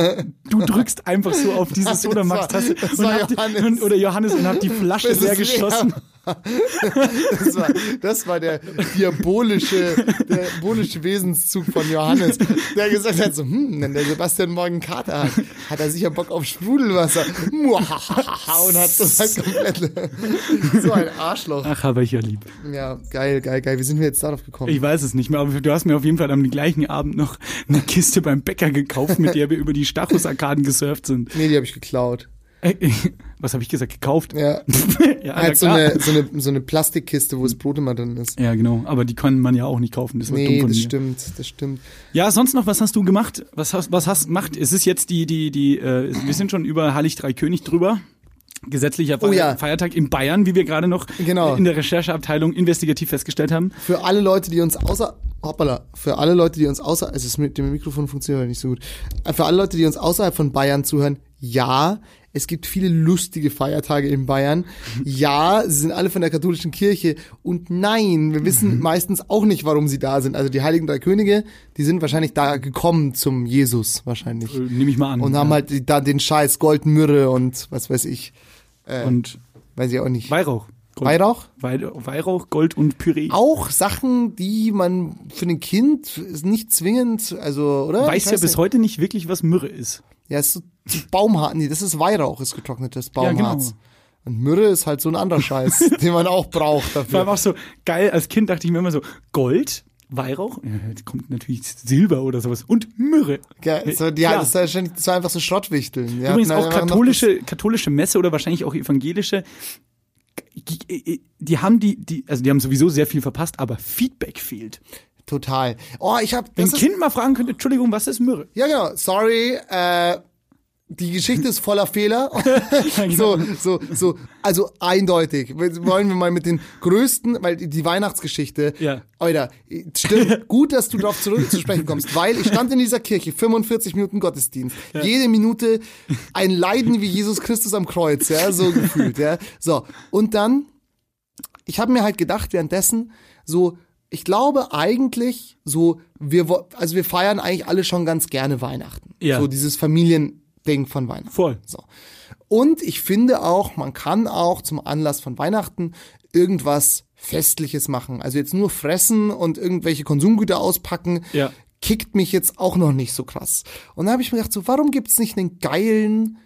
du drückst einfach so auf diese Das war- Sodamax-Tasse das und war hab die- Johannes. und- oder Johannes und hab die Flasche Das ist leer geschossen. Das war, das war der diabolische, der diabolische Wesenszug von Johannes, der gesagt hat so, hm, wenn der Sebastian morgen Kater hat, hat er sicher Bock auf Sprudelwasser. Muahahaha, Und hat das halt komplett, so ein Arschloch. Ach, aber ich ja lieb. Ja, geil, geil, geil. Wie sind wir jetzt darauf gekommen? Ich weiß es nicht mehr, aber du hast mir auf jeden Fall am gleichen Abend noch eine Kiste beim Bäcker gekauft, mit der wir über die Stachus-Arkaden gesurft sind. nee, die habe ich geklaut. Äh, äh, Was habe ich gesagt? Gekauft? Ja. ja, Ah, na Halt so klar. eine, so, eine, so eine Plastikkiste, wo das Brot immer drin ist. ja, genau. Aber die kann man ja auch nicht kaufen. Das war dumm Nee, von das mir. stimmt, das stimmt. Ja, sonst noch, was hast du gemacht? Was hast, was hast, macht? Es ist jetzt die, die, die, äh, wir sind schon über Heilig Drei König drüber. Gesetzlicher Feier Oh ja. Feiertag in Bayern, wie wir gerade noch Genau. in der Rechercheabteilung investigativ festgestellt haben. Für alle Leute, die uns außer hoppala, für alle Leute, die uns außer es ist mit dem Mikrofon funktioniert heute nicht so gut. Äh, Für alle Leute, die uns außerhalb von Bayern zuhören, ja, es gibt viele lustige Feiertage in Bayern. Ja, sie sind alle von der katholischen Kirche und nein, wir Mhm. wissen meistens auch nicht, warum sie da sind. Also die heiligen drei Könige, die sind wahrscheinlich da gekommen zum Jesus wahrscheinlich Äh, Nehme ich mal an. und haben halt die- da den Scheiß Goldmürre und was weiß ich, und weiß ich auch nicht. Weihrauch. Gold- Weihrauch? Wei- Weihrauch, Gold und Püree. auch Sachen, die man für ein Kind ist nicht zwingend, also, oder? Weiß Ich ja bis nicht. heute nicht wirklich, was Myrrhe ist. Ja, ist so so Baumharz. Nee, das ist Weihrauch, ist getrocknetes Baumharz. genau. Und Myrrhe ist halt so ein anderer Scheiß, den man auch braucht Vor allem dafür. auch so geil, als Kind dachte ich mir immer so, Gold, Weihrauch, ja, jetzt kommt natürlich Silber oder sowas und Myrrhe. Ja, so, die, Klar. das, war wahrscheinlich- das war einfach so Schrottwichteln. Die Übrigens hatten auch einfach noch katholische, katholische Messe oder wahrscheinlich auch evangelische. die, äh, die haben die, die, also die haben sowieso sehr viel verpasst, aber Feedback fehlt. Total. Oh, ich habe Wenn ein Kind mal fragen könnte, Entschuldigung, was ist Myrrhe? Ja, genau. Sorry, äh, die Geschichte ist voller Fehler. so, so, so, also eindeutig. Wollen wir mal mit den größten, weil die- die Weihnachtsgeschichte, Ja. Alter, stimmt, gut, dass du darauf zurück zu sprechen kommst, weil ich stand in dieser Kirche, 45 Minuten Gottesdienst, jede Minute ein Leiden wie Jesus Christus am Kreuz, ja, so gefühlt, ja. So, und dann ich habe mir halt gedacht währenddessen so ich glaube eigentlich so wir wo- also wir feiern eigentlich alle schon ganz gerne Weihnachten Ja. so dieses Familiending von Weihnachten Voll. so und ich finde auch man kann auch zum Anlass von Weihnachten irgendwas festliches machen also jetzt nur fressen und irgendwelche Konsumgüter auspacken Ja. kickt mich jetzt auch noch nicht so krass und da habe ich mir gedacht so warum gibt's nicht einen geilen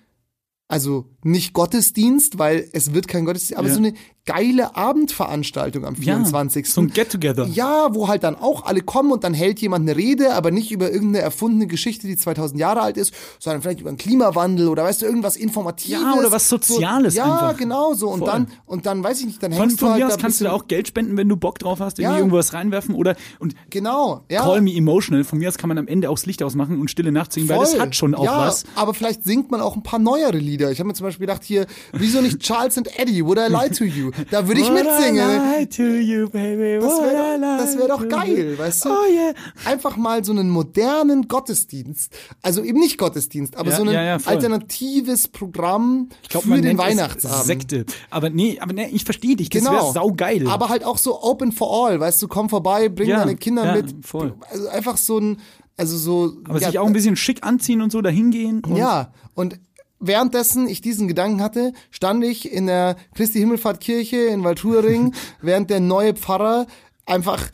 also nicht Gottesdienst, weil es wird kein Gottesdienst, aber Ja. so eine geile Abendveranstaltung am 24. So ein Get-Together. Ja, wo halt dann auch alle kommen und dann hält jemand eine Rede, aber nicht über irgendeine erfundene Geschichte, die 2000 Jahre alt ist, sondern vielleicht über den Klimawandel oder weißt du, irgendwas Informatives. Ja, oder was Soziales So, ja, einfach. genau so. Und Voll. dann, und dann weiß ich nicht, dann Von, hängst du von halt mir aus da kannst du da bisschen- auch Geld spenden, wenn du Bock drauf hast, irgendwie Ja. irgendwas reinwerfen oder und Genau, ja. Call Me Emotional, von mir aus kann man am Ende auch das Licht ausmachen und Stille Nacht singen, weil das Voll. hat schon auch ja, was. aber vielleicht singt man auch ein paar neuere Lieder. Ich habe mir zum Beispiel gedacht hier, wieso nicht Charles and Eddie, Would I Lie to You? Da würde ich Would I mitsingen. lie to you, baby? Das Would wär- I lie das wär doch to geil, you? weißt du? Oh yeah. einfach mal so einen modernen Gottesdienst, also eben nicht Gottesdienst, aber Ja, so ein ja, ja, voll. alternatives Programm glaub, für den nennt es Weihnachtsabend. Sekte. Aber nee, aber nee, ich verstehe dich. Das Genau. wäre saugeil. Aber halt auch so open for all, weißt du, komm vorbei, bring Ja, deine Kinder ja, mit. voll. Also einfach so ein, also so. aber sich auch ein bisschen schick anziehen und so dahingehen. Und Ja, und währenddessen ich diesen Gedanken hatte, stand ich in der Christi Himmelfahrt Kirche in Walturing, während der neue Pfarrer einfach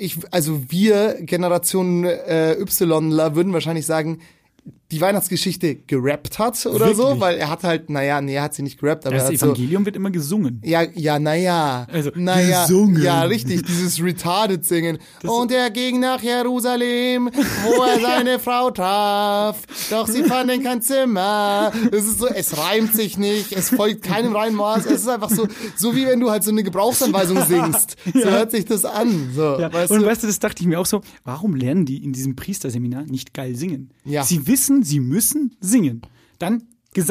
ich also wir Generation äh, Yler würden wahrscheinlich sagen, die Weihnachtsgeschichte gerappt hat oder so, Wirklich? weil er hat halt, naja, nee, er hat sie nicht gerappt, aber er Das hat so, Evangelium wird immer gesungen. ja, ja, naja. Also, naja. gesungen. Ja, richtig, dieses retarded Singen. und er ging nach Jerusalem, wo er seine Frau traf. Doch sie fanden kein Zimmer. Es ist so, es reimt sich nicht, es folgt keinem Reinmaß. Es ist einfach so, so wie wenn du halt so eine Gebrauchsanweisung singst. So hört sich das an. So, Ja, weißt und du? weißt du, das dachte ich mir auch so, warum lernen die in diesem Priesterseminar nicht geil singen? Ja. Sie wissen, sie müssen singen. Dann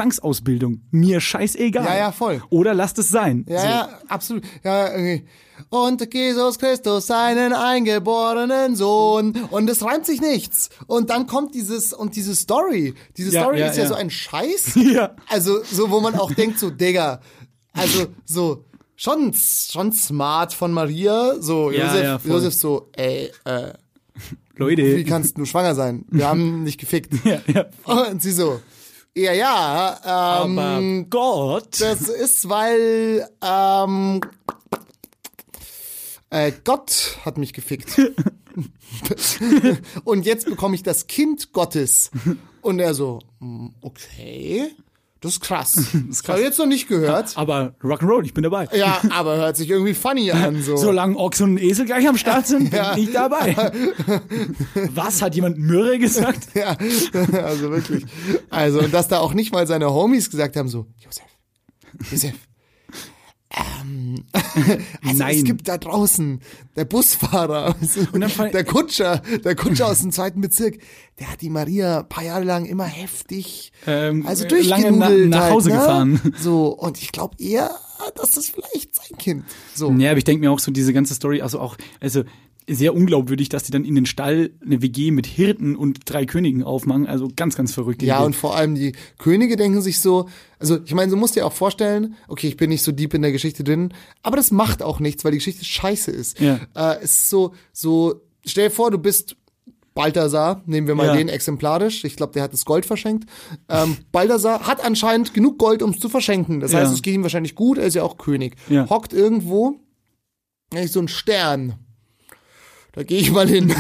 Gesangsausbildung, mir scheißegal. Ja, ja, voll. Oder lasst es sein. Ja, so. ja, absolut. Ja, okay. Und Jesus Christus, seinen eingeborenen Sohn. Und es reimt sich nichts. Und dann kommt dieses, und diese Story. Diese Ja, Story ja, ist ja, ja. so ein Scheiß. Ja. Also, so, wo man auch denkt, so, Digga, also, so, schon, schon smart von Maria. So, Ja, Josef, ja, voll. Josef so, ey, äh, wie Leute. kannst du schwanger sein? Wir haben nicht gefickt. Ja, ja. Und sie so, ja, ja, ähm, äh Aber Gott. das ist, weil ähm, äh, Gott hat mich gefickt. und jetzt bekomme ich das Kind Gottes. Und er so, "Hm, okay, das ist krass. Ah, Das, habe ich jetzt noch nicht gehört. Aber Rock'n'Roll, ich bin dabei. Ja, aber hört sich irgendwie funny an. So. Solange Ochs und ein Esel gleich am Start sind, bin ich dabei. Was hat jemand Mürre gesagt? Ja, also wirklich. Also, und dass da auch nicht mal seine Homies gesagt haben, so, Josef, Josef, ähm, also Nein. es gibt da draußen, der Busfahrer, dann fall- der Kutscher, der Kutscher aus dem zweiten Bezirk, der hat die Maria ein paar Jahre lang immer heftig, Ähm, also äh, lange durchgenudelt. na- nach Hause halt, ne? gefahren. So, und ich glaube eher, dass das vielleicht sein Kind, so. Ja, aber ich denke mir auch so diese ganze Story, also auch, also sehr unglaubwürdig, dass die dann in den Stall eine WG mit Hirten und drei Königen aufmachen. Also ganz, ganz verrückt. Ja, und vor allem die Könige denken sich so, also ich meine, du musst dir auch vorstellen, okay, ich bin nicht so deep in der Geschichte drin, aber das macht auch nichts, weil die Geschichte scheiße ist. Ja. Äh, es ist so, so, stell dir vor, du bist Balthasar, nehmen wir mal Ja. den exemplarisch, ich glaube, der hat das Gold verschenkt. Ähm, Balthasar hat anscheinend genug Gold, um es zu verschenken. Das Ja. heißt, es geht ihm wahrscheinlich gut, er ist ja auch König. Ja. Hockt irgendwo, eigentlich so ein Stern. Da gehe ich mal hin.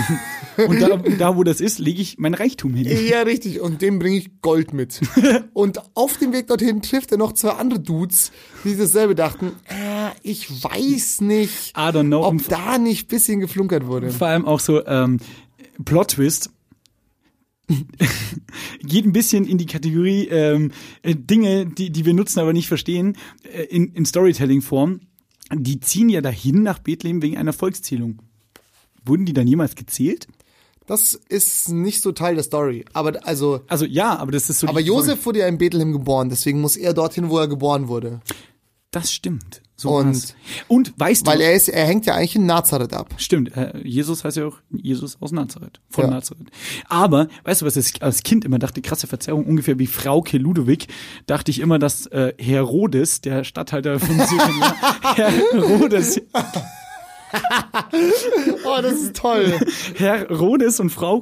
und da, da, wo das ist, lege ich mein Reichtum hin. Ja, richtig. Und dem bringe ich Gold mit. Und auf dem Weg dorthin trifft er noch zwei andere Dudes, die dasselbe dachten. Ah, ich weiß nicht, I don't know. um ob Und da nicht bisschen geflunkert wurde. vor allem auch so ähm, Plot-Twist. geht ein bisschen in die Kategorie ähm, äh, Dinge, die, die wir nutzen, aber nicht verstehen, äh, in, in Storytelling-Form. Die ziehen ja dahin nach Bethlehem wegen einer Volkszählung. Wurden die dann jemals gezählt? Das ist nicht so Teil der Story. Aber also, Also ja, aber das ist so. aber die- Josef wurde ja in Bethlehem geboren, deswegen muss er dorthin, wo er geboren wurde. Das stimmt. So Und- war's. und weißt Weil du? er ist, er hängt ja eigentlich in Nazareth ab. stimmt. Äh, Jesus heißt ja auch Jesus aus Nazareth, von Ja. Nazareth. Aber weißt du, was ich als Kind immer dachte? Krasse Verzerrung. Ungefähr wie Frauke Ludewig dachte ich immer, dass äh, Herodes, der Statthalter von Syrien, war, Herodes Oh, das ist toll. Herr Rodes und Frau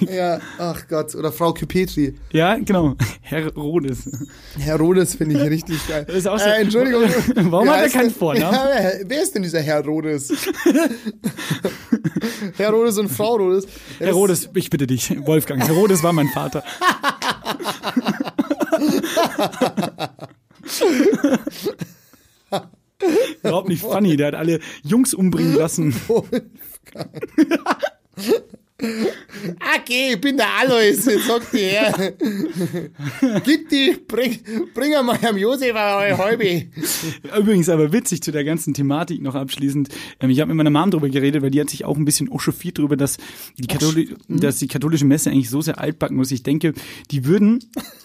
ja, ach Gott. Oder Frau Küpetri. Ja, genau. Herr Rodes. Herodes finde ich richtig geil. ist auch so- äh, Entschuldigung. Warum Wer hat er heißt keinen denn- Vornamen? Ja, wer, wer ist denn dieser Herodes? Herodes und Frau Rodes. Ja, das- Herr Rodes, ich bitte dich, Wolfgang. Herr Rodes war mein Vater. Überhaupt nicht funny, der hat alle Jungs umbringen lassen. Okay, Ah, ich bin der Alois, jetzt sagt die her. Gib die, bring, bring einmal am Josef eine halbe. Übrigens aber witzig zu der ganzen Thematik noch abschließend. Ähm, ich habe mit meiner Mom drüber geredet, weil die hat sich auch ein bisschen echauffiert drüber, dass die, Katholi hm? dass die katholische Messe eigentlich so sehr altbacken ist. Ich denke, die würden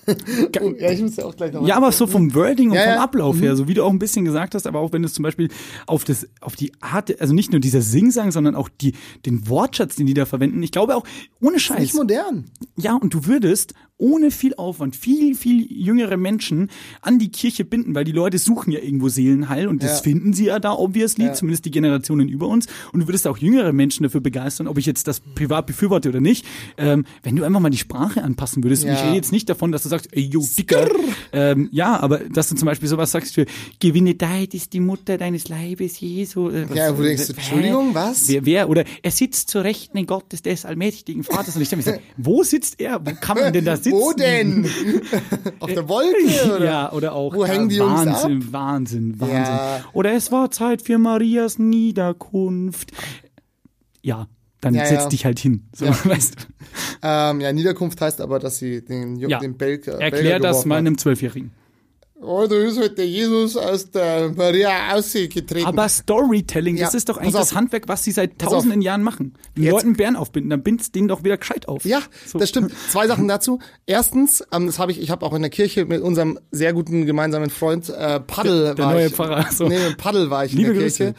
Oh, Ja, ich muss ja auch gleich noch Ja, aber so vom Wording und Ja, vom ja. Mhm. Ablauf her, so wie du auch ein bisschen gesagt hast, aber auch wenn du es zum Beispiel auf das, auf die Art, also nicht nur dieser Singsang, sondern auch die, den Wortschatz, den die da verwenden. Ich glaube auch, ohne Nicht Scheiß. modern. Ja, und du würdest ohne viel Aufwand viel, viel jüngere Menschen an die Kirche binden, weil die Leute suchen ja irgendwo Seelenheil und das Ja. finden sie ja da, obviously, Ja. zumindest die Generationen über uns. Und du würdest auch jüngere Menschen dafür begeistern, ob ich jetzt das privat befürworte oder nicht. Ähm, wenn du einfach mal die Sprache anpassen würdest, und ich Ja. rede jetzt nicht davon, dass du sagst, ey, yo, Dicker. Ähm, ja, aber dass du zum Beispiel sowas sagst wie, Gewinnetheit ist die Mutter deines Leibes, Jesu. Äh, was- Ja, wo du denkst, äh, Entschuldigung, was? Wer, wer, oder er sitzt zur Rechten in Gottes des allmächtigen Vaters. Und ich denke mir so, wo sitzt er? Wo kann man denn da sitzen? Wo denn? Auf der Wolke, oder? Ja, oder auch. Wo ja, hängen die Jungs ab? Wahnsinn, Wahnsinn, Wahnsinn. Ja. Oder es war Zeit für Marias Niederkunft. Ja, dann Ja, setz ja. dich halt hin. So, weißt du. Ähm, ja, Niederkunft heißt aber, dass sie den, Ju- Ja. den äh, Belger Erklär Belger das geworfen mal hat. einem Zwölfjährigen. Oh, da ist halt heute Jesus aus der Maria ausgetreten. Aber Storytelling, das Ja, ist doch pass eigentlich das auf. Handwerk, was sie seit auf. tausenden Jahren machen. Den Jetzt- Leuten Bären aufbinden, dann bindst denen doch wieder gescheit auf. Ja, So. das stimmt. Zwei Sachen dazu. Erstens, ähm, das habe ich, ich habe auch in der Kirche mit unserem sehr guten gemeinsamen Freund äh, Paddel der war neue ich. Pfarrer, so. Nee, mit Paddel war ich Liebe in der Grüße. Kirche.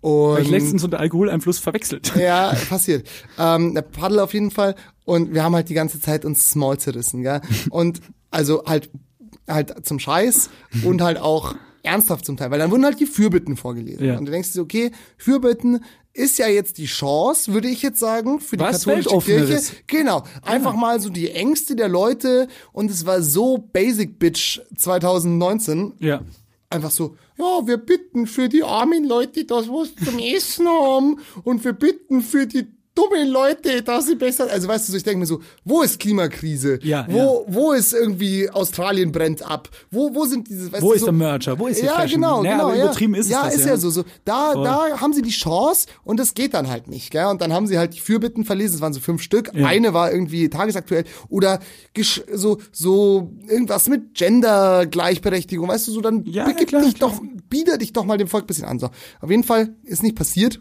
Und Weil ich Ähm, letztens unter Alkoholeinfluss verwechselt. ja, passiert. Ähm, der Paddel auf jeden Fall. Und wir haben halt die ganze Zeit uns Small zerrissen, gell? Und also halt halt zum Scheiß und halt auch ernsthaft zum Teil, weil dann wurden halt die Fürbitten vorgelesen. Ja. Und du denkst dir, so, okay, Fürbitten ist ja jetzt die Chance, würde ich jetzt sagen, für die Was katholische Kirche. Weltoffeneres. Genau, einfach mal so die Ängste der Leute und es war so Basic Bitch 2019, Ja. einfach so, ja, wir bitten für die armen Leute, dass sie was zum Essen haben und wir bitten für die dummen Leute, dass sie besser, also weißt du, so, ich denke mir so, wo ist Klimakrise? Ja, wo, wo ist irgendwie Australien brennt ab? Wo, wo sind diese, weißt Wo du, ist so, der Merger? Wo ist der ja, Fashion? genau, Naja, genau. aber ja. übertrieben ist es ja, das, ist ja. ne? ja so. so. Da, da haben sie die Chance und das geht dann halt nicht. Gell? Und dann haben sie halt die Fürbitten verlesen, es waren so fünf Stück. Eine war irgendwie tagesaktuell oder gesch- so, so irgendwas mit Gender-Gleichberechtigung, weißt du, so dann Ja, ja, begib klar, dich klar. doch, bieder dich doch mal dem Volk ein bisschen an. So, auf jeden Fall ist nicht passiert.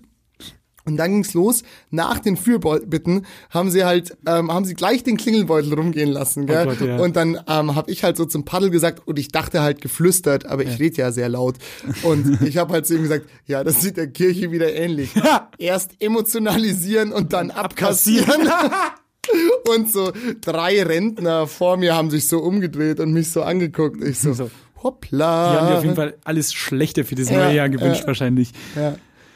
Und dann ging's los. Nach den Fürbitten haben sie halt, ähm, haben sie gleich den Klingelbeutel rumgehen lassen, gell? Oh Gott, ja. Und dann ähm, habe ich halt so zum Paddel gesagt und ich dachte halt geflüstert, aber ich rede ja sehr laut. Und ich habe halt zu ihm gesagt, ja, das sieht der Kirche wieder ähnlich. Erst emotionalisieren und dann abkassieren. und so drei Rentner vor mir haben sich so umgedreht und mich so angeguckt. Ich so, So. Die hoppla. haben dir auf jeden Fall alles Schlechte für das neue Ja, Jahr gewünscht, wahrscheinlich.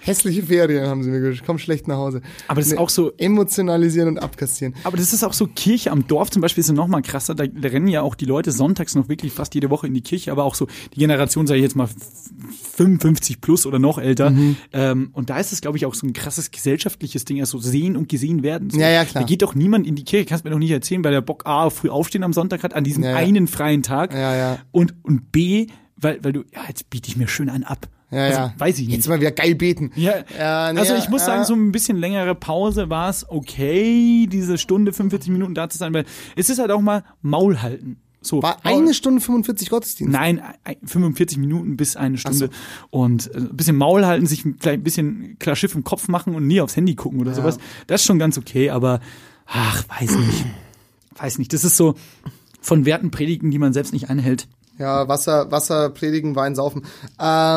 Hässliche Ferien haben sie mir gewünscht. Komm schlecht nach Hause. Aber das ist auch so- Emotionalisieren und abkassieren. Aber das ist auch so, Kirche am Dorf zum Beispiel ist ja noch mal krasser. Da, da rennen ja auch die Leute sonntags noch wirklich fast jede Woche in die Kirche, aber auch so die Generation, sage ich jetzt mal, f- 55 plus oder noch älter. Mhm. Ähm, und da ist es, glaube ich, auch so ein krasses gesellschaftliches Ding, also sehen und gesehen werden. So, Ja, ja, klar. Da geht doch niemand in die Kirche, kannst mir doch nicht erzählen, weil der Bock A, früh aufstehen am Sonntag hat, an diesem Ja, ja. einen freien Tag. Ja, ja. Und, und B, weil, weil du, ja, jetzt biete ich mir schön einen ab. Ja, also, ja. Weiß ich nicht. Jetzt mal wieder geil beten. Ja, Ja, nee, also ich muss ja. sagen, so ein bisschen längere Pause war es okay, diese Stunde 45 Minuten da zu sein, weil es ist halt auch mal Maul halten. So, War Maul- eine Stunde 45 Gottesdienst. Nein, ein- 45 Minuten bis eine Stunde. Und äh, ein bisschen Maul halten, sich vielleicht ein bisschen klar Schiff im Kopf machen und nie aufs Handy gucken oder sowas. Das ist schon ganz okay, aber ach, weiß nicht. weiß nicht. Das ist so von Werten predigen, die man selbst nicht einhält. Ja, Wasser, Wasser predigen, Wein saufen.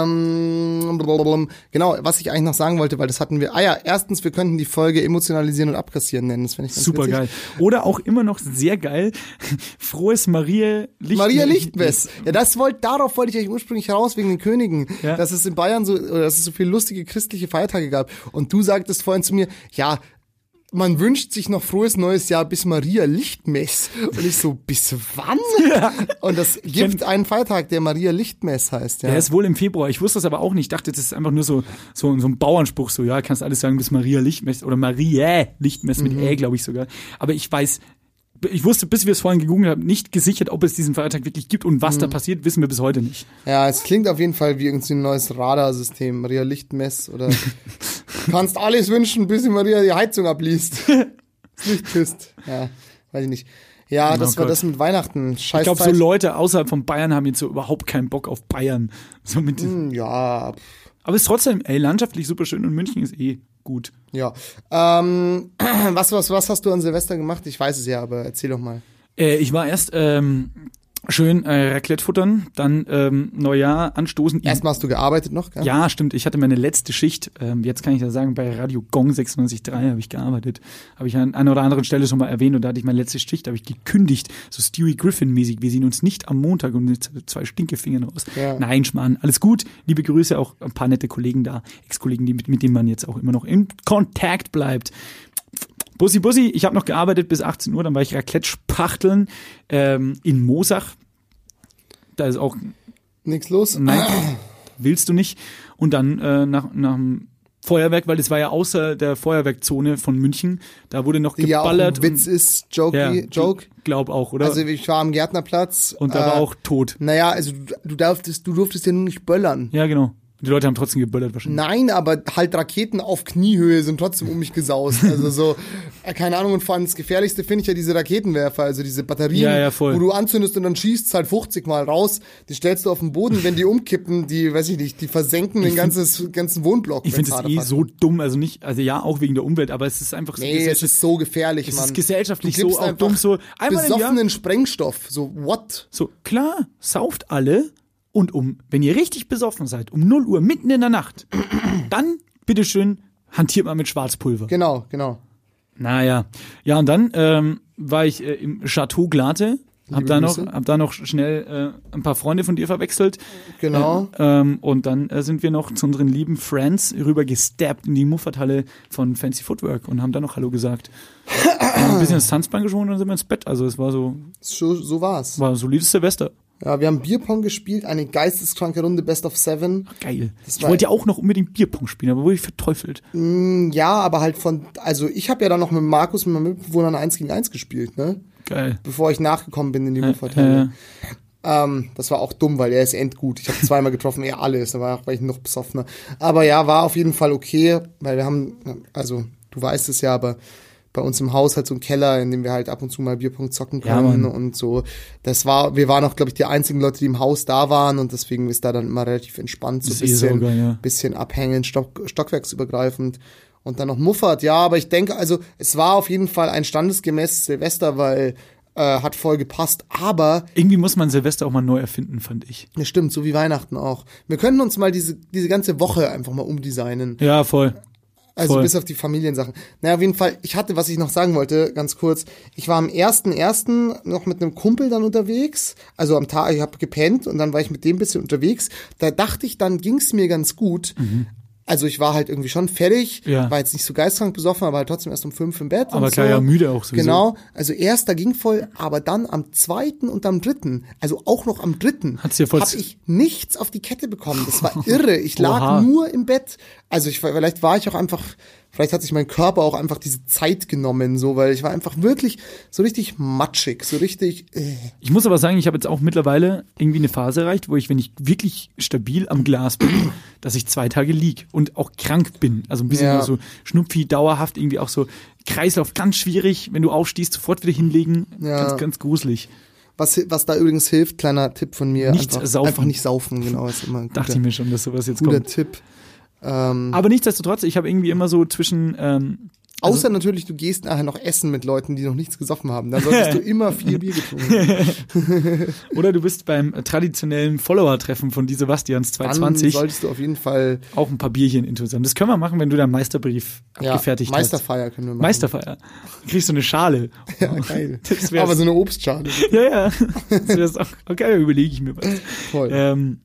Ähm, blablabla. genau, was ich eigentlich noch sagen wollte, weil das hatten wir. Ah ja, erstens, wir könnten die Folge emotionalisieren und abkassieren nennen. Das finde ich ganz Super witzig. geil. Oder auch immer noch sehr geil. Frohes Maria Licht. Maria Lichtmess. Ja, das wollt, darauf wollte ich eigentlich ursprünglich heraus wegen den Königen, Ja. dass es in Bayern so, oder dass es so viele lustige christliche Feiertage gab. Und du sagtest vorhin zu mir, ja, man wünscht sich noch frohes neues Jahr bis Maria Lichtmess. Und ich so, bis wann? Und das gibt einen Feiertag, der Maria Lichtmess heißt. Ja. Der ist wohl im Februar. Ich wusste das aber auch nicht. Ich dachte, das ist einfach nur so, so, so ein Bauernspruch. So, ja, kannst alles sagen bis Maria Lichtmess oder Maria Lichtmess mit Ä, glaube ich sogar. Aber ich weiß, ich wusste, bis wir es vorhin gegoogelt haben, nicht gesichert, ob es diesen Feiertag wirklich gibt und was da passiert, wissen wir bis heute nicht. Ja, es klingt auf jeden Fall wie irgendwie ein neues Radarsystem, Maria Lichtmess oder kannst alles wünschen, bis die Maria die Heizung abliest. Das Licht küsst. Ja, weiß ich nicht. Ja, das Oh war Gott. das mit Weihnachten. Scheiß Ich glaube, so Leute außerhalb von Bayern haben jetzt so überhaupt keinen Bock auf Bayern. So mit diesem- ja, pff, Aber es ist trotzdem, ey, landschaftlich super schön und München ist eh gut. ja. Ähm, was, was, was hast du an Silvester gemacht? Ich weiß es ja, aber erzähl doch mal. Äh, ich war erst ähm, schön äh, Raclette futtern, dann ähm, Neujahr anstoßen. Erstmal hast du gearbeitet noch, gell? Ja, stimmt. Ich hatte meine letzte Schicht. Ähm, jetzt kann ich ja sagen, bei Radio Gong 96.3 habe ich gearbeitet. Habe ich an einer oder anderen Stelle schon mal erwähnt und da hatte ich meine letzte Schicht, da habe ich gekündigt. So Stewie Griffin-mäßig. Wir sehen uns nicht am Montag und jetzt zwei Stinkefingern raus. Ja. Nein, Schmarrn. Alles gut. Liebe Grüße auch ein paar nette Kollegen da, Ex-Kollegen, die, mit, mit denen man jetzt auch immer noch in Kontakt bleibt. Bussi, Bussi, ich habe noch gearbeitet bis 18 Uhr, dann war ich Raclette spachteln ähm, in Mosach. Da ist auch Nix los? Nein, willst du nicht. Und dann äh, nach, nach dem Feuerwerk, weil es war ja außer der Feuerwerkzone von München, da wurde noch Die ja auch geballert. ein Witz ist, Joke, und, ja, Joke. Glaub auch, oder? Also ich war am Gärtnerplatz. und da war äh, auch tot. Naja, also du, du darftest, du durftest ja nur nicht böllern. Ja, genau. Die Leute haben trotzdem geböllert wahrscheinlich. Nein, aber halt Raketen auf Kniehöhe sind trotzdem um mich gesaust. Also so, äh, keine Ahnung, und vor allem das Gefährlichste finde ich ja diese Raketenwerfer, also diese Batterien, Ja, ja, voll. wo du anzündest und dann schießt halt 50 Mal raus, die stellst du auf den Boden, wenn die umkippen, die, weiß ich nicht, die versenken den ganzes, ganzen Wohnblock. ich wenn's finde es harte eh Fahrt so dumm, also nicht, also ja, auch wegen der Umwelt, aber es ist einfach so Nee, es ist so gefährlich, es Mann. ist gesellschaftlich Du gibst so auch einfach dumm, so einmal im Jahr, besoffenen Sprengstoff, so what? so klar, sauft alle und um, wenn ihr richtig besoffen seid, um 0 Uhr mitten in der Nacht, dann bitteschön hantiert mal mit Schwarzpulver. Genau, genau. Naja, ja und dann ähm, war ich äh, im Chateau Glate, hab Liebe da noch, Grüße. hab da noch schnell äh, ein paar Freunde von dir verwechselt Genau. ähm, und dann äh, sind wir noch zu unseren lieben Friends rüber gestappt in die Mufferthalle von Fancy Footwork und haben da noch Hallo gesagt. haben ein bisschen das Tanzbein geschwungen und dann sind wir ins Bett. Also es war so, So, so war's. war ein solides Silvester. Ja, wir haben Bierpong gespielt, eine geisteskranke Runde, Best of Seven. Geil. Ich war- wollte ja auch noch unbedingt Bierpong spielen, aber wurde ich verteufelt. Ja, aber halt von, also ich habe ja dann noch mit Markus, mit meinem Mitbewohner, ein 1 gegen 1 gespielt, ne? Geil. Bevor ich nachgekommen bin in die Äh, Muffertelle. ähm, das war auch dumm, weil er ist endgut. Ich habe zweimal getroffen, er alles, da war ich noch besoffener. Aber ja, war auf jeden Fall okay, weil wir haben, also du weißt es ja, aber bei uns im Haus halt so ein Keller, in dem wir halt ab und zu mal Bierpunkt zocken Ja, können Mann. und so. Das war, wir waren auch, glaube ich, die einzigen Leute, die im Haus da waren und deswegen ist da dann immer relativ entspannt, so ein Ist eh bisschen, saugeil, ja. bisschen abhängend, stock, stockwerksübergreifend. Und dann noch Muffert, ja, aber ich denke, also es war auf jeden Fall ein standesgemäßes Silvester, weil äh, hat voll gepasst, aber irgendwie muss man Silvester auch mal neu erfinden, fand ich. ja, stimmt, so wie Weihnachten auch. Wir können uns mal diese, diese ganze Woche einfach mal umdesignen. Ja, voll. Also Voll. bis auf die Familiensachen. Naja, auf jeden Fall, ich hatte, was ich noch sagen wollte, ganz kurz. Ich war am 1.1. noch mit einem Kumpel dann unterwegs. Also am Tag, ich habe gepennt und dann war ich mit dem ein bisschen unterwegs. Da dachte ich, dann ging's mir ganz gut. Also ich war halt irgendwie schon fertig, Mhm. Ja. war jetzt nicht so geistkrank besoffen, aber halt trotzdem erst um fünf im Bett. Aber und klar, so. ja, müde auch sowieso. Genau, also erst da ging voll, aber dann am zweiten und am dritten, also auch noch am dritten, Hat's dir voll- habe ich nichts auf die Kette bekommen. Das war irre. Ich lag Oha. nur im Bett. Also ich, war- vielleicht war ich auch einfach Vielleicht hat sich mein Körper auch einfach diese Zeit genommen, so, weil ich war einfach wirklich so richtig matschig, so richtig. Äh. Ich muss aber sagen, ich habe jetzt auch mittlerweile irgendwie eine Phase erreicht, wo ich, wenn ich wirklich stabil am Glas bin, dass ich zwei Tage lieg und auch krank bin. Also ein bisschen Ja. so Schnupfi, dauerhaft, irgendwie auch so Kreislauf, ganz schwierig. Wenn du aufstehst, sofort wieder hinlegen. Ja. Ganz, ganz gruselig. Was, was da übrigens hilft, kleiner Tipp von mir. Nicht einfach, saufen. Einfach nicht saufen, genau, ist immer ein guter, Dachte ich mir schon, dass sowas jetzt guter kommt. Tipp. Ähm, Aber nichtsdestotrotz, ich habe irgendwie immer so zwischen, ähm, außer natürlich, du gehst nachher noch essen mit Leuten, die noch nichts gesoffen haben. Dann solltest du immer viel Bier getrunken haben. oder du bist beim traditionellen Follower-Treffen von Die Sebastians Dann 220 solltest du auf jeden Fall auch ein paar Bierchen intuitiv. Das können wir machen, wenn du deinen Meisterbrief ja, abgefertigt hast. Meisterfeier können wir machen. Meisterfeier. Du kriegst so eine Schale. Ja, geil. Das wär's. Aber so eine Obstschale. Ja, ja. Das wär's auch, okay, überlege ich mir was. Voll. Ähm,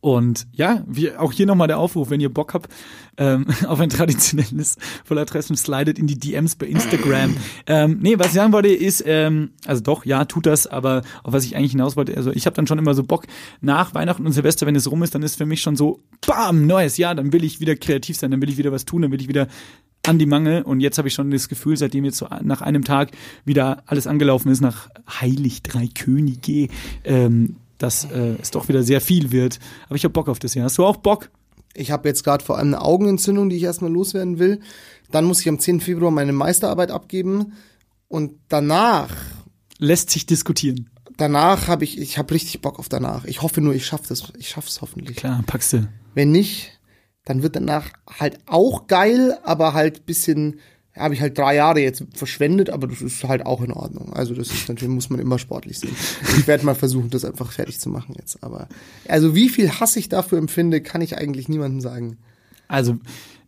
und ja, wir, auch hier nochmal der Aufruf, wenn ihr Bock habt ähm, auf ein traditionelles Vollertreffen, slidet in die DMs bei Instagram. ähm, nee, was ich sagen wollte ist, ähm, also doch, ja, tut das, aber auf was ich eigentlich hinaus wollte, also ich habe dann schon immer so Bock, nach Weihnachten und Silvester, wenn es rum ist, dann ist für mich schon so, bam, neues Jahr, dann will ich wieder kreativ sein, dann will ich wieder was tun, dann will ich wieder an die Mangel und jetzt habe ich schon das Gefühl, seitdem jetzt so nach einem Tag wieder alles angelaufen ist, nach Heilig Drei Könige, ähm, dass äh, es doch wieder sehr viel wird. Aber ich habe Bock auf das Jahr. Hast du auch Bock? Ich habe jetzt gerade vor allem eine Augenentzündung, die ich erstmal loswerden will. Dann muss ich am 10. Februar meine Meisterarbeit abgeben. Und danach, Lässt sich diskutieren. danach habe ich, ich habe richtig Bock auf danach. Ich hoffe nur, ich schaffe das. Ich schaff's hoffentlich. Klar, packst du. Wenn nicht, dann wird danach halt auch geil, aber halt bisschen, habe ich halt drei Jahre jetzt verschwendet, aber das ist halt auch in Ordnung. Also das ist natürlich, muss man immer sportlich sehen. Ich werde mal versuchen, das einfach fertig zu machen jetzt. Aber also wie viel Hass ich dafür empfinde, kann ich eigentlich niemandem sagen. Also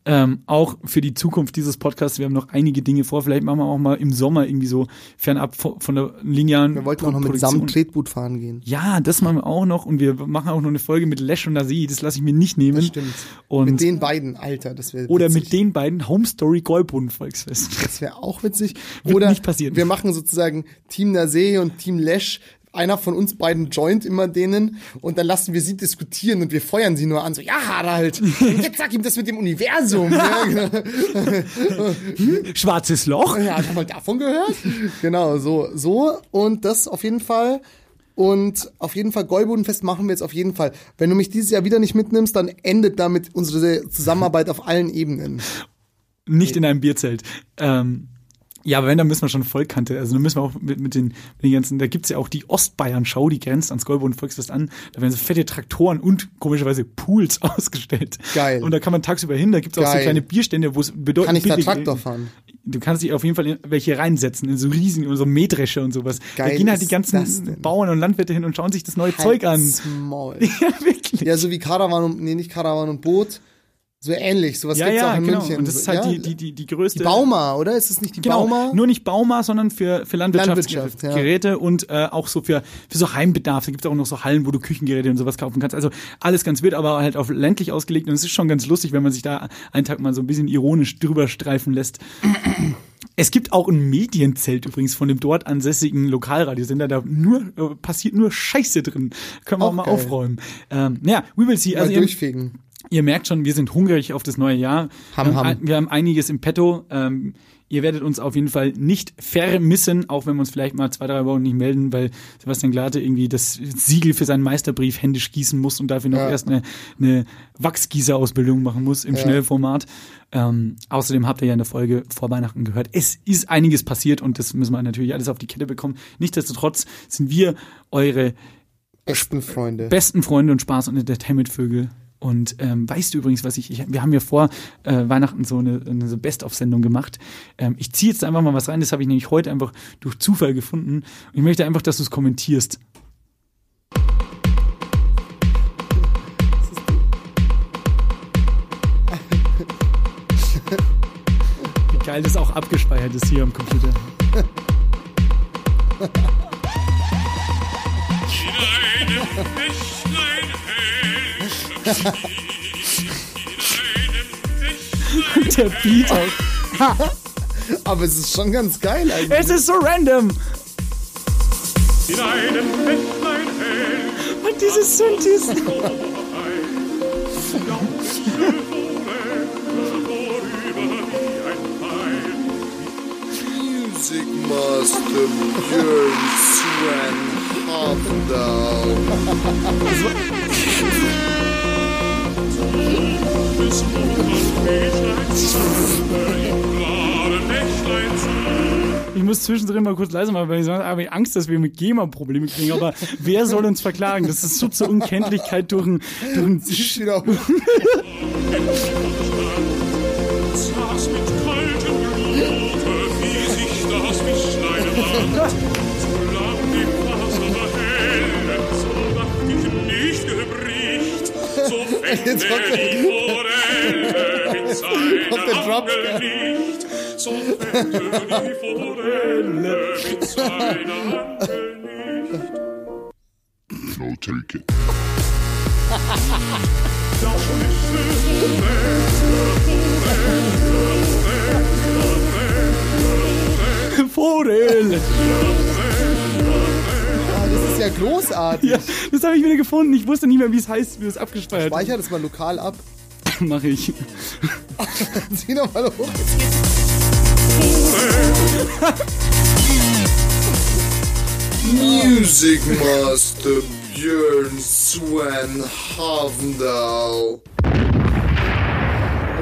ähm, auch für die Zukunft dieses Podcasts, wir haben noch einige Dinge vor. Vielleicht machen wir auch mal im Sommer irgendwie so fernab von von der linearen. Wir wollten auch noch mit Sam Tretboot fahren gehen. Ja, das machen wir auch noch und wir machen auch noch eine Folge mit Lesh und Nasi. Das lasse ich mir nicht nehmen. Das stimmt. Und mit den beiden, Alter, das wäre Oder mit den beiden Home Story Golbrunnen Volksfest. Das wäre auch witzig. Wird Oder nicht passieren. wir machen sozusagen Team Nasee und Team Lesh. Einer von uns beiden joint immer denen und dann lassen wir sie diskutieren und wir feuern sie nur an. So, ja, Harald, und jetzt sag ihm das mit dem Universum. ja, genau. Schwarzes Loch. ja, hat er mal davon gehört? Genau, so, so. Und das auf jeden Fall. Und auf jeden Fall, Golbodenfest machen wir jetzt auf jeden Fall. Wenn du mich dieses Jahr wieder nicht mitnimmst, dann endet damit unsere Zusammenarbeit auf allen Ebenen. Nicht in einem Bierzelt. Ähm, ja, aber wenn, dann müssen wir schon Vollkante. Also dann müssen wir auch mit, mit, den, mit den ganzen, da gibt's ja auch die Ostbayern-Schau, die grenzt ans Golbrunnen Volksfest an. Da werden so fette Traktoren und komischerweise Pools ausgestellt. Geil. Und da kann man tagsüber hin, da gibt's auch so Geil. kleine Bierstände, wo es bedeutet. Kann ich da billig- Traktor fahren? Du kannst dich auf jeden Fall in welche reinsetzen, in so riesen, in so Mähdrescher und sowas. da Geil gehen halt die ist das ganzen denn? Bauern und Landwirte hin und schauen sich das neue Zeug an. Halt's Maul. Ja, wirklich. Ja, so wie Karawan und, nee, nicht Karawan und Boot. So ähnlich, sowas Ja, gibt's auch ja, in genau. München. Und das So, ist halt ja, die, die, die, die größte. die Bauma, oder? Ist es nicht die Genau, Bauma? nur nicht Bauma, sondern für, für Landwirtschaft, ja. Landwirtschaftsgeräte und äh, auch so für, für so Heimbedarf. Da gibt es auch noch so Hallen, wo du Küchengeräte und sowas kaufen kannst. Also alles ganz wild, aber halt auf ländlich ausgelegt. Und es ist schon ganz lustig, wenn man sich da einen Tag mal so ein bisschen ironisch drüber streifen lässt. Es gibt auch ein Medienzelt übrigens von dem dort ansässigen Lokalradiosender. Da nur, äh, passiert nur Scheiße drin. Können wir auch, Auch mal geil. aufräumen. Ähm, ja, we will see. Mal Also ihr- durchfegen. Ihr merkt schon, wir sind hungrig auf das neue Jahr. Ham, wir, haben, ham. ein- wir haben einiges im Petto. Ähm, ihr werdet uns auf jeden Fall nicht vermissen, auch wenn wir uns vielleicht mal zwei, drei Wochen nicht melden, weil Sebastian Glate irgendwie das Siegel für seinen Meisterbrief händisch gießen muss und dafür noch Ja. erst eine, eine Wachsgießerausbildung machen muss im Schnellformat. Ähm, außerdem habt ihr ja in der Folge vor Weihnachten gehört, es ist einiges passiert und das müssen wir natürlich alles auf die Kette bekommen. Nichtsdestotrotz sind wir eure Echten Freunde. besten Freunde und Spaß und Entertainment-Vögel. Und ähm, weißt du übrigens, was ich, ich wir haben ja vor äh, Weihnachten so eine, eine so Best-of-Sendung gemacht. Ähm, ich ziehe jetzt einfach mal was rein, das habe ich nämlich heute einfach durch Zufall gefunden. Und ich möchte einfach, dass du es kommentierst. Wie geil das auch abgespeichert ist hier am Computer. Der Beat auch. Aber es ist schon ganz geil also, eigentlich. Es ist so random. In einem Wäldlein hell, Und dieses Synthes. lausche Wohle, vorüber Music Master Björn Sven Hafendal. des roten Mächleins im blauen Mächleins Ich muss zwischendrin mal kurz leise machen, weil ich sonst habe ich Angst, dass wir mit GEMA Probleme kriegen. Aber wer soll uns verklagen? Das ist so zur Unkenntlichkeit durch ein, durch ein Genau. saß mit kaltem Blute, wie sich das Wischlein wand. Solange die Wasser hellen, so dacht ich nicht gebricht, so fände Jetzt kommt der- die Forelle mit kommt der seiner Drop. Angel nicht. So fände die Forelle mit seiner Angel nicht. No take it. Forelle. Das ist ja großartig. Ja, das habe ich wieder gefunden. Ich wusste nicht mehr, wie es heißt, wie es abgespeichert Speicher das mal lokal ab. ist. Mache ich. Zieh nochmal hoch. Music Master Björn Sven Hafendal.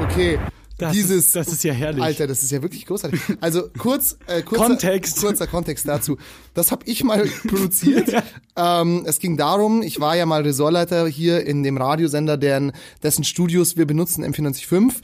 Okay. Das Dieses ist, das ist ja herrlich. Alter, das ist ja wirklich großartig. Also kurz, äh, kurzer, Kontext. kurzer Kontext dazu. Das habe ich mal produziert. ähm, es ging darum, ich war ja mal Ressortleiter hier in dem Radiosender, deren, dessen Studios wir benutzen, M495.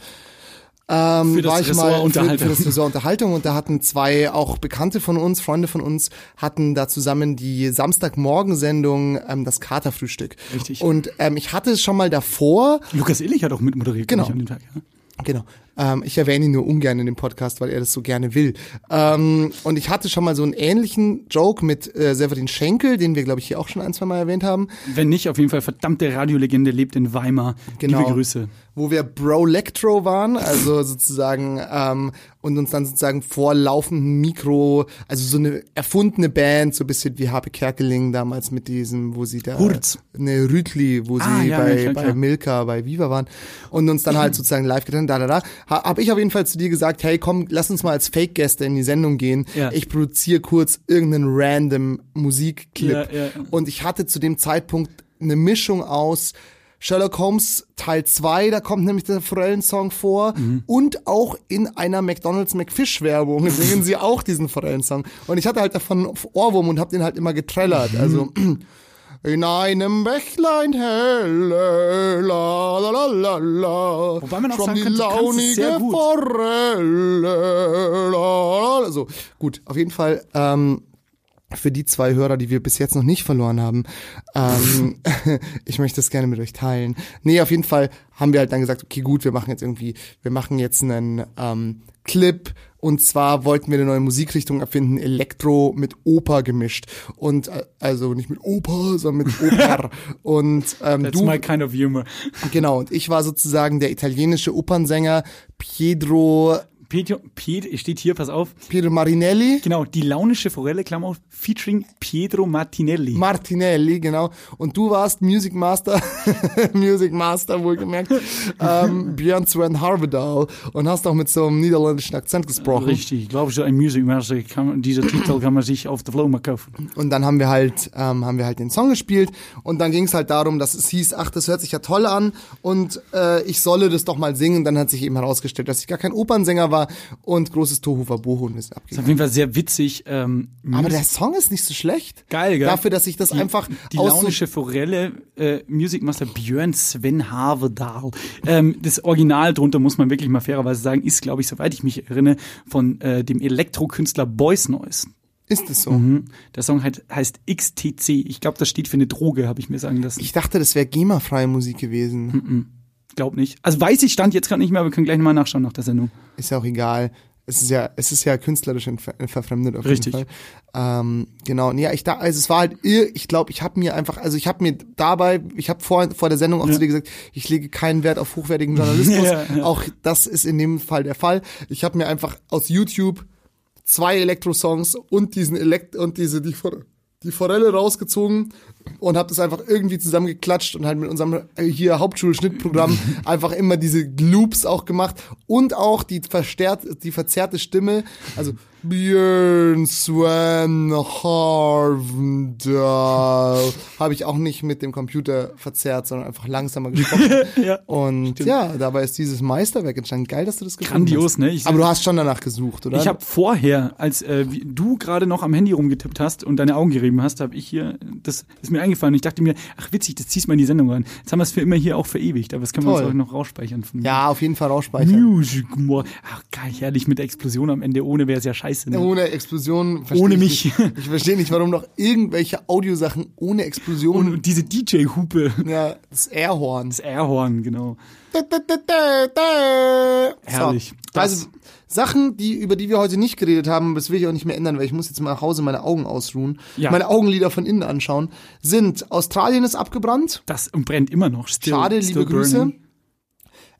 Ähm, Für das war ich Ressort mal Unterhaltung. Für, für das Ressort Unterhaltung und da hatten zwei auch Bekannte von uns, Freunde von uns, hatten da zusammen die Samstagmorgensendung ähm, das Katerfrühstück. Richtig. Und ähm, ich hatte es schon mal davor, Lukas Illich hat auch mitmoderiert glaub Genau. ich, an dem Tag. Ja? Genau. Ähm, ich erwähne ihn nur ungern in dem Podcast, weil er das so gerne will. Ähm, und ich hatte schon mal so einen ähnlichen Joke mit äh, Severin Schenkel, den wir, glaube ich, hier auch schon ein, zwei Mal erwähnt haben. Wenn nicht, auf jeden Fall verdammte Radiolegende lebt in Weimar. Genau. Liebe Grüße. Wo wir Bro-Lectro waren, also sozusagen, ähm, und uns dann sozusagen vor laufendem Mikro, also so eine erfundene Band, so ein bisschen wie Harpe Kerkeling damals mit diesem, wo sie da... Hurz. Ne, Rütli, wo sie Ah, ja, bei, ja, klar, bei klar. Milka, bei Viva waren und uns dann halt sozusagen live getrennt, da, da, da. Ha- Hab ich auf jeden Fall zu dir gesagt, hey, komm, lass uns mal als Fake-Gäste in die Sendung gehen. Ja. Ich produziere kurz irgendeinen random Musikclip. Ja, ja. Und ich hatte zu dem Zeitpunkt eine Mischung aus Sherlock Holmes Teil 2, da kommt nämlich der Forellensong vor Mhm. und auch in einer McDonald's McFish Werbung singen sie auch diesen Forellensong und ich hatte halt davon einen Ohrwurm und habe den halt immer Mhm. getrellert, also in einem Bächlein helle, la la la la la. Wobei man auch Schwamm sagen die könnte, du kannst es sehr launige gut. Forelle, la la la. So, gut, auf jeden Fall, ähm, für die zwei Hörer, die wir bis jetzt noch nicht verloren haben, ähm, ich möchte das gerne mit euch teilen. Nee, auf jeden Fall haben wir halt dann gesagt, okay, gut, wir machen jetzt irgendwie, wir machen jetzt einen ähm, Clip und zwar wollten wir eine neue Musikrichtung erfinden, Elektro mit Oper gemischt und äh, also nicht mit Oper, sondern mit Oper und ähm, That's du my kind of humor. genau und ich war sozusagen der italienische Opernsänger Pietro Pedro, Ped, steht hier, pass auf. Pietro Marinelli Genau, die launische Forelle, Klammer auf, featuring Pietro Martinelli. Martinelli, genau. Und du warst Music Master, Music Master wohlgemerkt, ähm, Björn Sven Harvedal und hast auch mit so einem niederländischen Akzent gesprochen. Richtig, ich glaube, so ein Music Master, kann, dieser Titel kann man sich auf der Flohmarkt kaufen. Und dann haben wir halt, ähm, haben wir halt den Song gespielt und dann ging es halt darum, dass es hieß, ach, das hört sich ja toll an und äh, ich solle das doch mal singen. Dann hat sich eben herausgestellt, dass ich gar kein Opernsänger war und großes Tohu Wabohu und wir sind Ist auf abgegangen. jeden Fall sehr witzig. Ähm, Aber der Song ist nicht so schlecht. Geil, gell? Dafür, dass ich das einfach Die aus so- launische Forelle, äh, Music Master Björn Sven Havedahl. Ähm, das Original drunter, muss man wirklich mal fairerweise sagen, ist, glaube ich, soweit ich mich erinnere, von äh, dem Elektrokünstler Boys Noise. ist es so. Der Song halt, heißt XTC. Ich glaube, das steht für eine Droge, habe ich mir sagen lassen. Ich Ich dachte, das wäre GEMA-freie Musik gewesen. glaube nicht. Also weiß ich, stand jetzt gerade nicht mehr, aber wir können gleich nochmal nachschauen nach der Sendung. ist ja auch egal. Es ist ja, es ist ja künstlerisch entfer- verfremdet auf Richtig. jeden Fall. Ähm, genau. Und Ja, ich da, also es war halt, irr- ich glaube, ich habe mir einfach, also ich habe mir dabei, ich habe vor, vor der Sendung auch zu dir gesagt, ich lege keinen Wert auf hochwertigen Journalismus. Ja, ja. Auch das ist in dem Fall der Fall. Ich habe mir einfach aus YouTube zwei Elektro-Songs und diesen Elekt und diese die, For die Forelle rausgezogen und habe das einfach irgendwie zusammengeklatscht und halt mit unserem äh, hier Hauptschulschnittprogramm einfach immer diese Loops auch gemacht und auch die verstärkt die verzerrte Stimme also Björn Sven Harvendal. Habe ich auch nicht mit dem Computer verzerrt, sondern einfach langsamer gesprochen. Ja. Und ja, dabei ist dieses Meisterwerk entstanden. Geil, dass du das gefunden Grandios, hast. ne? Ich- Aber du hast schon danach gesucht, oder? Ich habe vorher, als äh, wie- du gerade noch am Handy rumgetippt hast und deine Augen gerieben hast, habe ich hier, das ist mir eingefallen. Ich dachte mir, ach witzig, das ziehst mal in die Sendung rein. Jetzt haben wir es für immer hier auch verewigt, aber das können wir uns Toll. auch noch rausspeichern. Von ja, auf jeden Fall rausspeichern. Music More. Ach geil, herrlich mit der Explosion am Ende. Ohne wäre es ja scheiße. Ne? Ohne Explosion. versteh Ohne ich mich. Nicht. Ich verstehe nicht, warum noch irgendwelche Audiosachen ohne Explosion. Und diese DJ-Hupe. ja, das Airhorn. Das Airhorn, genau. Herrlich. So, also Sachen, die, über die wir heute nicht geredet haben, das will ich auch nicht mehr ändern, weil ich muss jetzt mal nach Hause meine Augen ausruhen, Ja. meine Augenlider von innen anschauen, sind Australien ist abgebrannt, Das und brennt immer noch. Still, schade, still liebe Grüße. burning.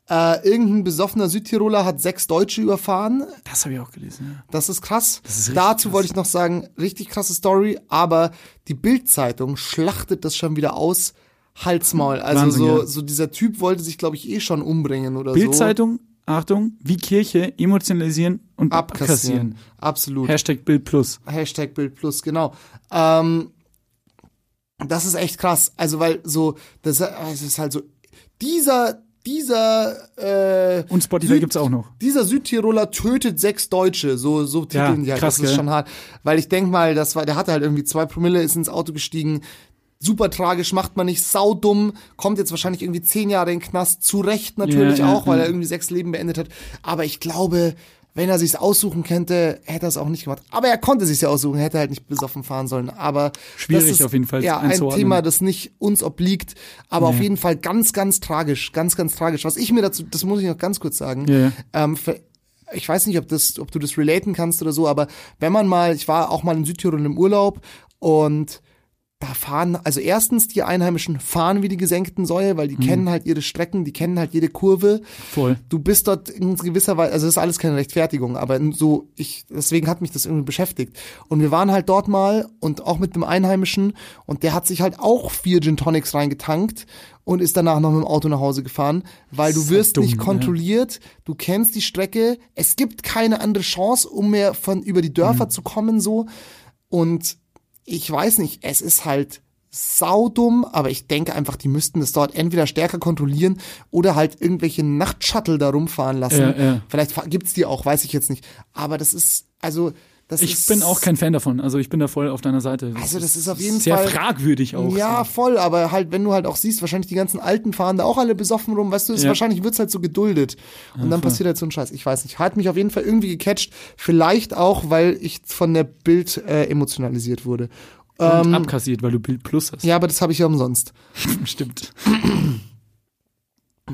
Äh, irgendein besoffener Südtiroler hat sechs Deutsche überfahren. Das habe ich auch gelesen. Ja. Das ist krass. ist richtig Dazu krass. wollte ich noch sagen, richtig krasse Story, aber die Bild-Zeitung schlachtet das schon wieder aus. Halsmaul. Also Wahnsinn, so, ja. so dieser Typ wollte sich, glaube ich, eh schon umbringen oder so. Bildzeitung, Achtung, wie Kirche emotionalisieren und abkassieren. abkassieren. Absolut. Hashtag Bild Plus. Hashtag Bild Plus, genau. Ähm, das ist echt krass. Also, weil so, das, das ist halt so, dieser, dieser, äh, Und Spotify Süd- gibt's auch noch. Dieser Südtiroler tötet sechs Deutsche, so, so Ja, titeln die halt. krass, das ist gell? schon hart. Weil ich denk mal, das war, der hatte halt irgendwie zwei Promille, ist ins Auto gestiegen. Super tragisch, macht man nicht, saudumm, kommt jetzt wahrscheinlich irgendwie zehn Jahre in den Knast, zu Recht natürlich Ja, ja, auch, weil ja. er irgendwie sechs Leben beendet hat. Aber ich glaube, wenn er sich's aussuchen könnte, hätte er es auch nicht gemacht. Aber er konnte sich's ja aussuchen, hätte halt nicht besoffen fahren sollen. Aber Schwierig das ist, auf jeden Fall Ja, ein einzuordnen. Thema, das nicht uns obliegt, aber auf jeden Fall ganz, ganz tragisch, ganz, ganz tragisch. Was ich mir dazu, das muss ich noch ganz kurz sagen. Ja, ja. Ähm, ver- ich weiß nicht, ob, das, ob du das relaten kannst oder so, aber wenn man mal, ich war auch mal in Südtirol im Urlaub und da fahren, also erstens, die Einheimischen fahren wie die gesenkten Säue, Mhm. weil die kennen halt ihre Strecken, die kennen halt jede Kurve. Voll. Du bist dort in gewisser Weise, also das ist alles keine Rechtfertigung, aber so, ich, deswegen hat mich das irgendwie beschäftigt. Und wir waren halt dort mal und auch mit einem Einheimischen und der hat sich halt auch vier Gin Tonics reingetankt und ist danach noch mit dem Auto nach Hause gefahren, weil du ist halt wirst dumm, nicht ne? kontrolliert, du kennst die Strecke, es gibt keine andere Chance, um mehr von über die Mhm. Dörfer zu kommen, so. Und ich weiß nicht, es ist halt saudumm, aber ich denke einfach, die müssten das dort entweder stärker kontrollieren oder halt irgendwelche Nachtshuttle da rumfahren lassen. Ja, ja. Vielleicht fa- gibt's die auch, weiß ich jetzt nicht. Aber das ist, also, das Ich ist. bin auch kein Fan davon. Also ich bin da voll auf deiner Seite. Also, das ist auf jeden sehr Fall- Sehr fragwürdig auch. Ja, voll, aber halt, wenn du halt auch siehst, wahrscheinlich die ganzen Alten fahren da auch alle besoffen rum, weißt du, ist Ja. wahrscheinlich wird's halt so geduldet. Und dann passiert halt so ein Scheiß. Ich weiß nicht. Hat mich auf jeden Fall irgendwie gecatcht. Vielleicht auch, weil ich von der Bild äh, emotionalisiert wurde. Und abkassiert, weil du Bild Plus hast. Ähm, Ja, aber das habe ich ja umsonst. Stimmt.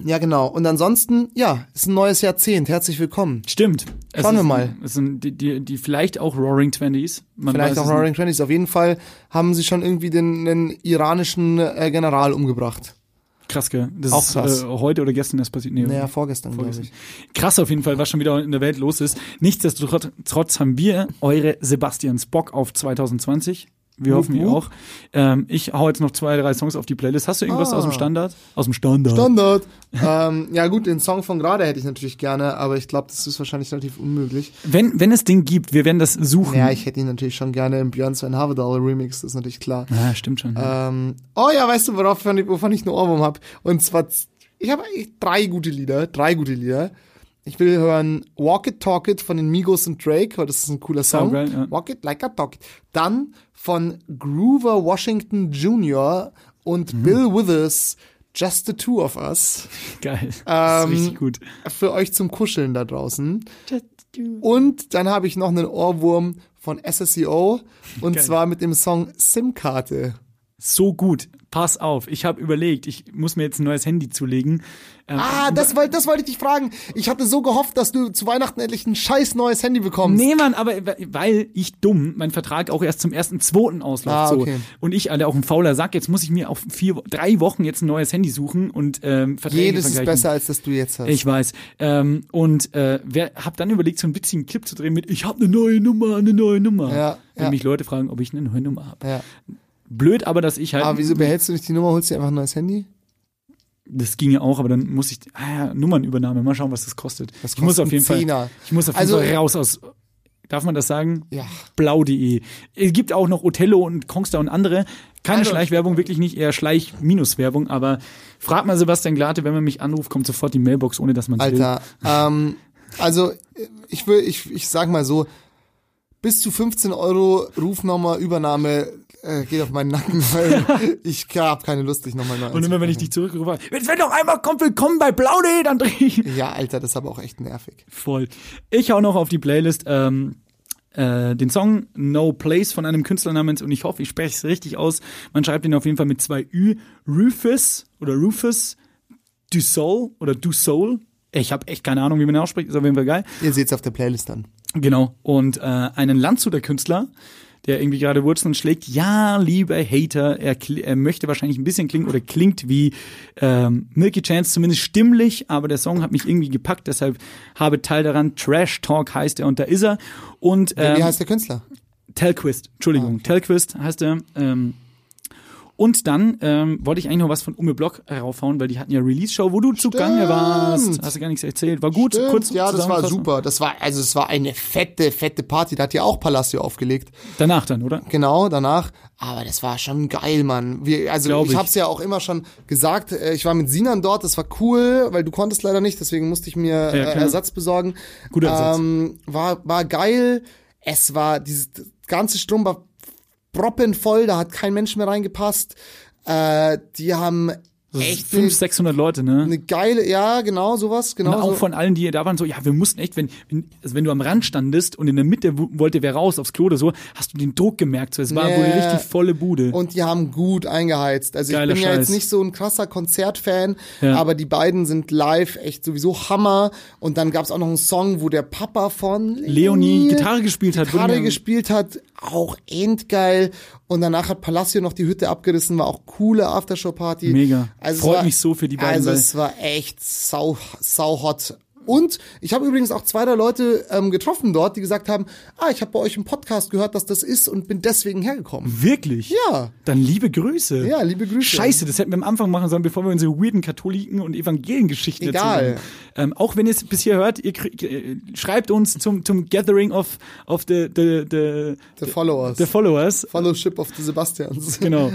Ja, genau. Und ansonsten, ja, ist ein neues Jahrzehnt. Herzlich willkommen. Stimmt. Es Schauen wir ist- mal. Es sind die, die, die vielleicht auch Roaring Twenties. Vielleicht auch Roaring Twenties. Auf jeden Fall haben sie schon irgendwie den, den iranischen äh, General umgebracht. Krass, gell? Das Auch ist krass. Äh, heute oder gestern erst passiert. Nee, Naja, vorgestern, glaub Mhm. vorgestern. ich. Krass auf jeden Fall, was schon wieder in der Welt los ist. Nichtsdestotrotz trotz haben wir eure Sebastians Bock auf 2020. Wir hoffen Uh, ihr auch. Ähm, ich hau jetzt noch zwei, drei Songs auf die Playlist. Hast du Ah. irgendwas aus dem Standard? Aus dem Standard. Standard. ähm, ja gut, den Song von gerade hätte ich natürlich gerne, aber ich glaube, das ist wahrscheinlich relativ unmöglich. Wenn, wenn es den gibt, wir werden das suchen. Ja, ich hätte ihn natürlich schon gerne im Björn Sven Havedal Remix, das ist natürlich klar. Ah, stimmt schon. Ähm, oh ja, weißt du, worauf, wovon ich einen Ohrwurm habe? Und zwar, z- ich habe eigentlich drei gute Lieder, drei gute Lieder. Ich will hören Walk It, Talk It von den Migos und Drake, weil das ist ein cooler Song. Saugeil, ja. Walk It Like a Talk It. Dann von Groover Washington Jr. und Mhm. Bill Withers, Just the Two of Us Geil. das ist ähm, richtig gut. für euch zum Kuscheln da draußen. Und dann habe ich noch einen Ohrwurm von SSEO und Geil. zwar mit dem Song SIM-Karte. So gut. Pass auf. Ich habe überlegt, ich muss mir jetzt ein neues Handy zulegen. Ähm, Ah, das, woll- das wollte ich dich fragen. Ich hatte so gehofft, dass du zu Weihnachten endlich ein scheiß neues Handy bekommst. Nee, Mann, aber weil ich dumm mein Vertrag auch erst zum ersten, zweiten ausläuft. Ah, okay. so. Und ich, alle auch ein fauler Sack, jetzt muss ich mir auf vier, drei Wochen jetzt ein neues Handy suchen und ähm, Verträge Jedes ist vergleichen. besser, als das du jetzt hast. Ich weiß. Ähm, und äh, wer, hab dann überlegt, so einen witzigen Clip zu drehen mit Ich habe eine neue Nummer, eine neue Nummer. Ja, Wenn ja. mich Leute fragen, ob ich eine neue Nummer habe. ja. Blöd, aber dass ich halt. Aber wieso behältst du nicht die Nummer, holst dir einfach ein neues Handy? Das ging ja auch, aber dann muss ich ah, ja, Nummernübernahme. Mal schauen, was das kostet. ich muss kostet auf jeden einen Zehner. Fall. Ich muss auf jeden Also- Fall raus aus Darf man das sagen? Ja. Blau.de. Es gibt auch noch Othello und Kongster und andere. Keine Also- Schleichwerbung, wirklich nicht, eher Schleich-Minus-Werbung, aber frag mal Sebastian Glate, wenn man mich anruft, kommt sofort die Mailbox, ohne dass man will. Alter, ähm, also ich will, ich, ich sag mal so, bis zu 15 Euro Rufnummer, Übernahme äh, geht auf meinen Nacken, weil ich hab keine Lust, dich nochmal neu Und immer Also- wenn ich dich zurückrufe, wenn wenn noch einmal kommt, willkommen bei Blau.de, dann drehe ich anzurufen. Ja, Alter, das ist aber auch echt nervig. voll. Ich hau noch auf die Playlist ähm, äh, den Song No Place von einem Künstler namens, und ich hoffe, ich spreche es richtig aus, man schreibt ihn auf jeden Fall mit zwei Ü, Rufus oder Rufus Du Soul oder Du Soul. Ich habe echt keine Ahnung, wie man ihn ausspricht, ist auf jeden Fall geil. Ihr seht's auf der Playlist dann. Genau. Und äh, einen Landshuter Künstler, der irgendwie gerade Wurzeln schlägt. Ja, lieber Hater, er, kli- er möchte wahrscheinlich ein bisschen klingen oder klingt wie ähm, Milky Chance, zumindest stimmlich, aber der Song hat mich irgendwie gepackt, deshalb habe Teil daran. Trash Talk heißt er und da ist er. Und ähm, Wie heißt Ah, der Künstler? Telquist, Entschuldigung, Telquist heißt er. Ähm, und dann ähm, wollte ich eigentlich noch was von Ume Block raufhauen, weil die hatten ja Release-Show, wo du zugange warst. Hast du gar nichts erzählt. War gut, Stimmt, kurz ja, das war zusammenfassen. super. Das war, also es war eine fette, fette Party. Da hat ja auch Palacio aufgelegt. Danach dann, oder? Genau, danach. Aber das war schon geil, Mann. Wir, also Glaub ich, ich. hab's ja auch immer schon gesagt, äh, ich war mit Sinan dort, das war cool, weil du konntest leider nicht, deswegen musste ich mir äh, klar. Ersatz besorgen. Guter Ersatz. Ähm, war, war geil. Es war, dieses das ganze Sturm war proppenvoll, da hat kein Mensch mehr reingepasst. Äh, die haben echt 500, 600 Also Leute, ne? eine geile, ja, genau, sowas, genau. Und auch so. von allen, die da waren, so, ja, wir mussten echt, wenn, wenn, also wenn du am Rand standest und in der Mitte wo- wollte wer raus aufs Klo oder so, hast du den Druck gemerkt. So, es war Nee. wohl eine richtig volle Bude. Und die haben gut eingeheizt. Also Geiler ich bin ja jetzt Scheiß. nicht so ein krasser Konzertfan, Ja. aber die beiden sind live echt sowieso Hammer. Und dann gab's auch noch einen Song, wo der Papa von Leonie Gitarre gespielt hat, würde Gitarre mir- gespielt hat, auch endgeil. Und danach hat Palacio noch die Hütte abgerissen, war auch coole Aftershow-Party. Also Mega. es Freut mich so für die beiden, Also weil- es war echt sau, sau hot. Und ich habe übrigens auch zwei der Leute ähm, getroffen dort, die gesagt haben, ah, ich habe bei euch im Podcast gehört, dass das ist und bin deswegen hergekommen. Wirklich? Ja. Dann liebe Grüße. Ja, liebe Grüße. Scheiße, das hätten wir am Anfang machen sollen, bevor wir unsere weirden Katholiken und Evangelengeschichten Egal. erzählen. Ähm, auch wenn ihr es bis hier hört, ihr krieg, äh, schreibt uns zum, zum Gathering of, of the, the, the, The Followers. the Followers. Fellowship of the Sebastians. Genau.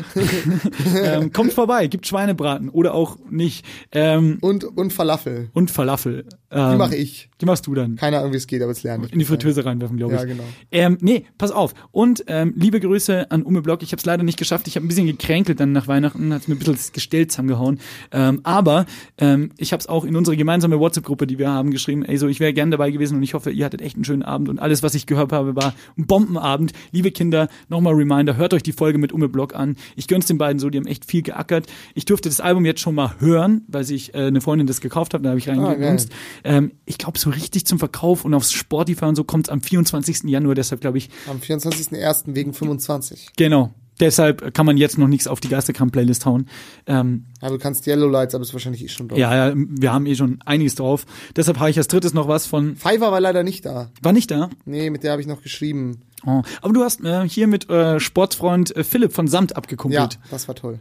ähm, kommt vorbei, gibt Schweinebraten oder auch nicht. Ähm, Und, und Falafel. und Falafel. Ähm, die mache ich. Die machst du dann. Keine Ahnung, wie es geht, aber es lerne ich. In die Fritteuse reinwerfen, glaube ich. Ja, genau. Ähm, nee, pass auf. Und ähm, liebe Grüße an Ume Block. Ich habe es leider nicht geschafft. Ich habe ein bisschen gekränkelt dann nach Weihnachten, hat mir ein bisschen das Gestell zusammengehauen. Ähm, aber ähm, ich habe es auch in unsere gemeinsame WhatsApp-Gruppe, die wir haben, geschrieben. Ey, so, ich wäre gern dabei gewesen und ich hoffe, ihr hattet echt einen schönen Abend. Und alles, was ich gehört habe, war ein Bombenabend. Liebe Kinder, nochmal Reminder, hört euch die Folge mit Ume Block an. Ich gönn's den beiden so, die haben echt viel geackert. Ich durfte das Album jetzt schon mal hören, weil sich äh, eine Freundin das gekauft hat, da habe Ah, ich reingegunst. ähm, ich glaube, so richtig zum Verkauf und aufs Spotify und so kommt's am 24. Januar, deshalb glaube ich, Am 24.01. wegen 25. genau. Deshalb kann man jetzt noch nichts auf die Geisterkram-Playlist hauen. Ähm, Ja, Also du kannst Yellow Lights, aber ist wahrscheinlich eh schon drauf. ja, ja, wir haben eh schon einiges drauf. Deshalb habe ich als drittes noch was von. Fiverr war leider nicht da. War nicht da? Nee, mit der habe ich noch geschrieben. Oh. Aber du hast äh, hier mit äh, Sportfreund äh, Philipp von Samt Ja, abgekumpelt. das war toll.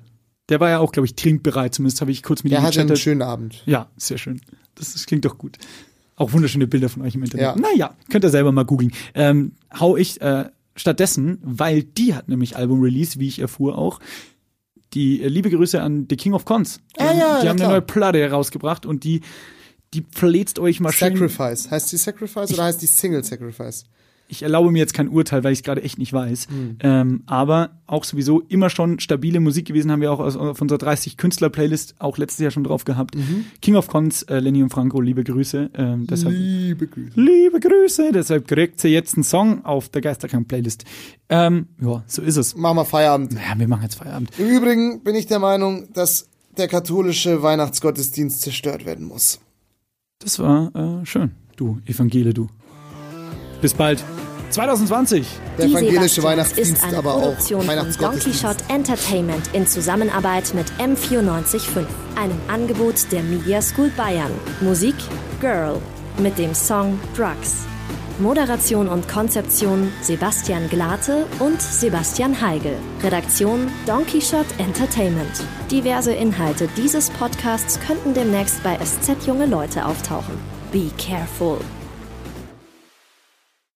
Der war ja auch, glaube ich, trinkbereit. Zumindest habe ich kurz mit Der ihm hatte einen gechattet. schönen Abend. Ja, sehr schön. Das, das klingt doch gut. Auch wunderschöne Bilder von euch im Internet. Ja. Naja, könnt ihr selber mal googeln. Ähm, hau ich äh, stattdessen, weil die hat nämlich Album-Release, wie ich erfuhr auch, die äh, liebe Grüße an The King of Cons. Die, Ah haben- ja, die na haben klar. eine neue Platte herausgebracht und die, die pflegt euch mal schön. Sacrifice. Heißt die Sacrifice oder heißt die Single Sacrifice? Ich erlaube mir jetzt kein Urteil, weil ich es gerade echt nicht weiß. Ähm, aber auch sowieso immer schon stabile Musik gewesen, haben wir auch aus, auf unserer 30-Künstler-Playlist auch letztes Jahr schon drauf gehabt. King of Cons, äh, Lenny und Franco, liebe Grüße. Ähm, deshalb, Liebe Grüße. Liebe Grüße, deshalb kriegt sie jetzt einen Song auf der Geisterkamp-Playlist. Ähm, ja, so ist es. Machen wir Feierabend. Ja, wir machen jetzt Feierabend. Im Übrigen bin ich der Meinung, dass der katholische Weihnachtsgottesdienst zerstört werden muss. Das war äh, schön, du Evangele, du. Bis bald. 2020. Der Die evangelische Sebastians ist Weihnachtsdienst eine aber auch Produktion von Donkey Weihnachtsgottesdienst. Shot Entertainment in Zusammenarbeit mit M945, einem Angebot der Media School Bayern. Musik Girl mit dem Song Drugs. Moderation und Konzeption Sebastian Glate und Sebastian Heigel. Redaktion Donkey Shot Entertainment. Diverse Inhalte dieses Podcasts könnten demnächst bei SZ junge Leute auftauchen. Be careful.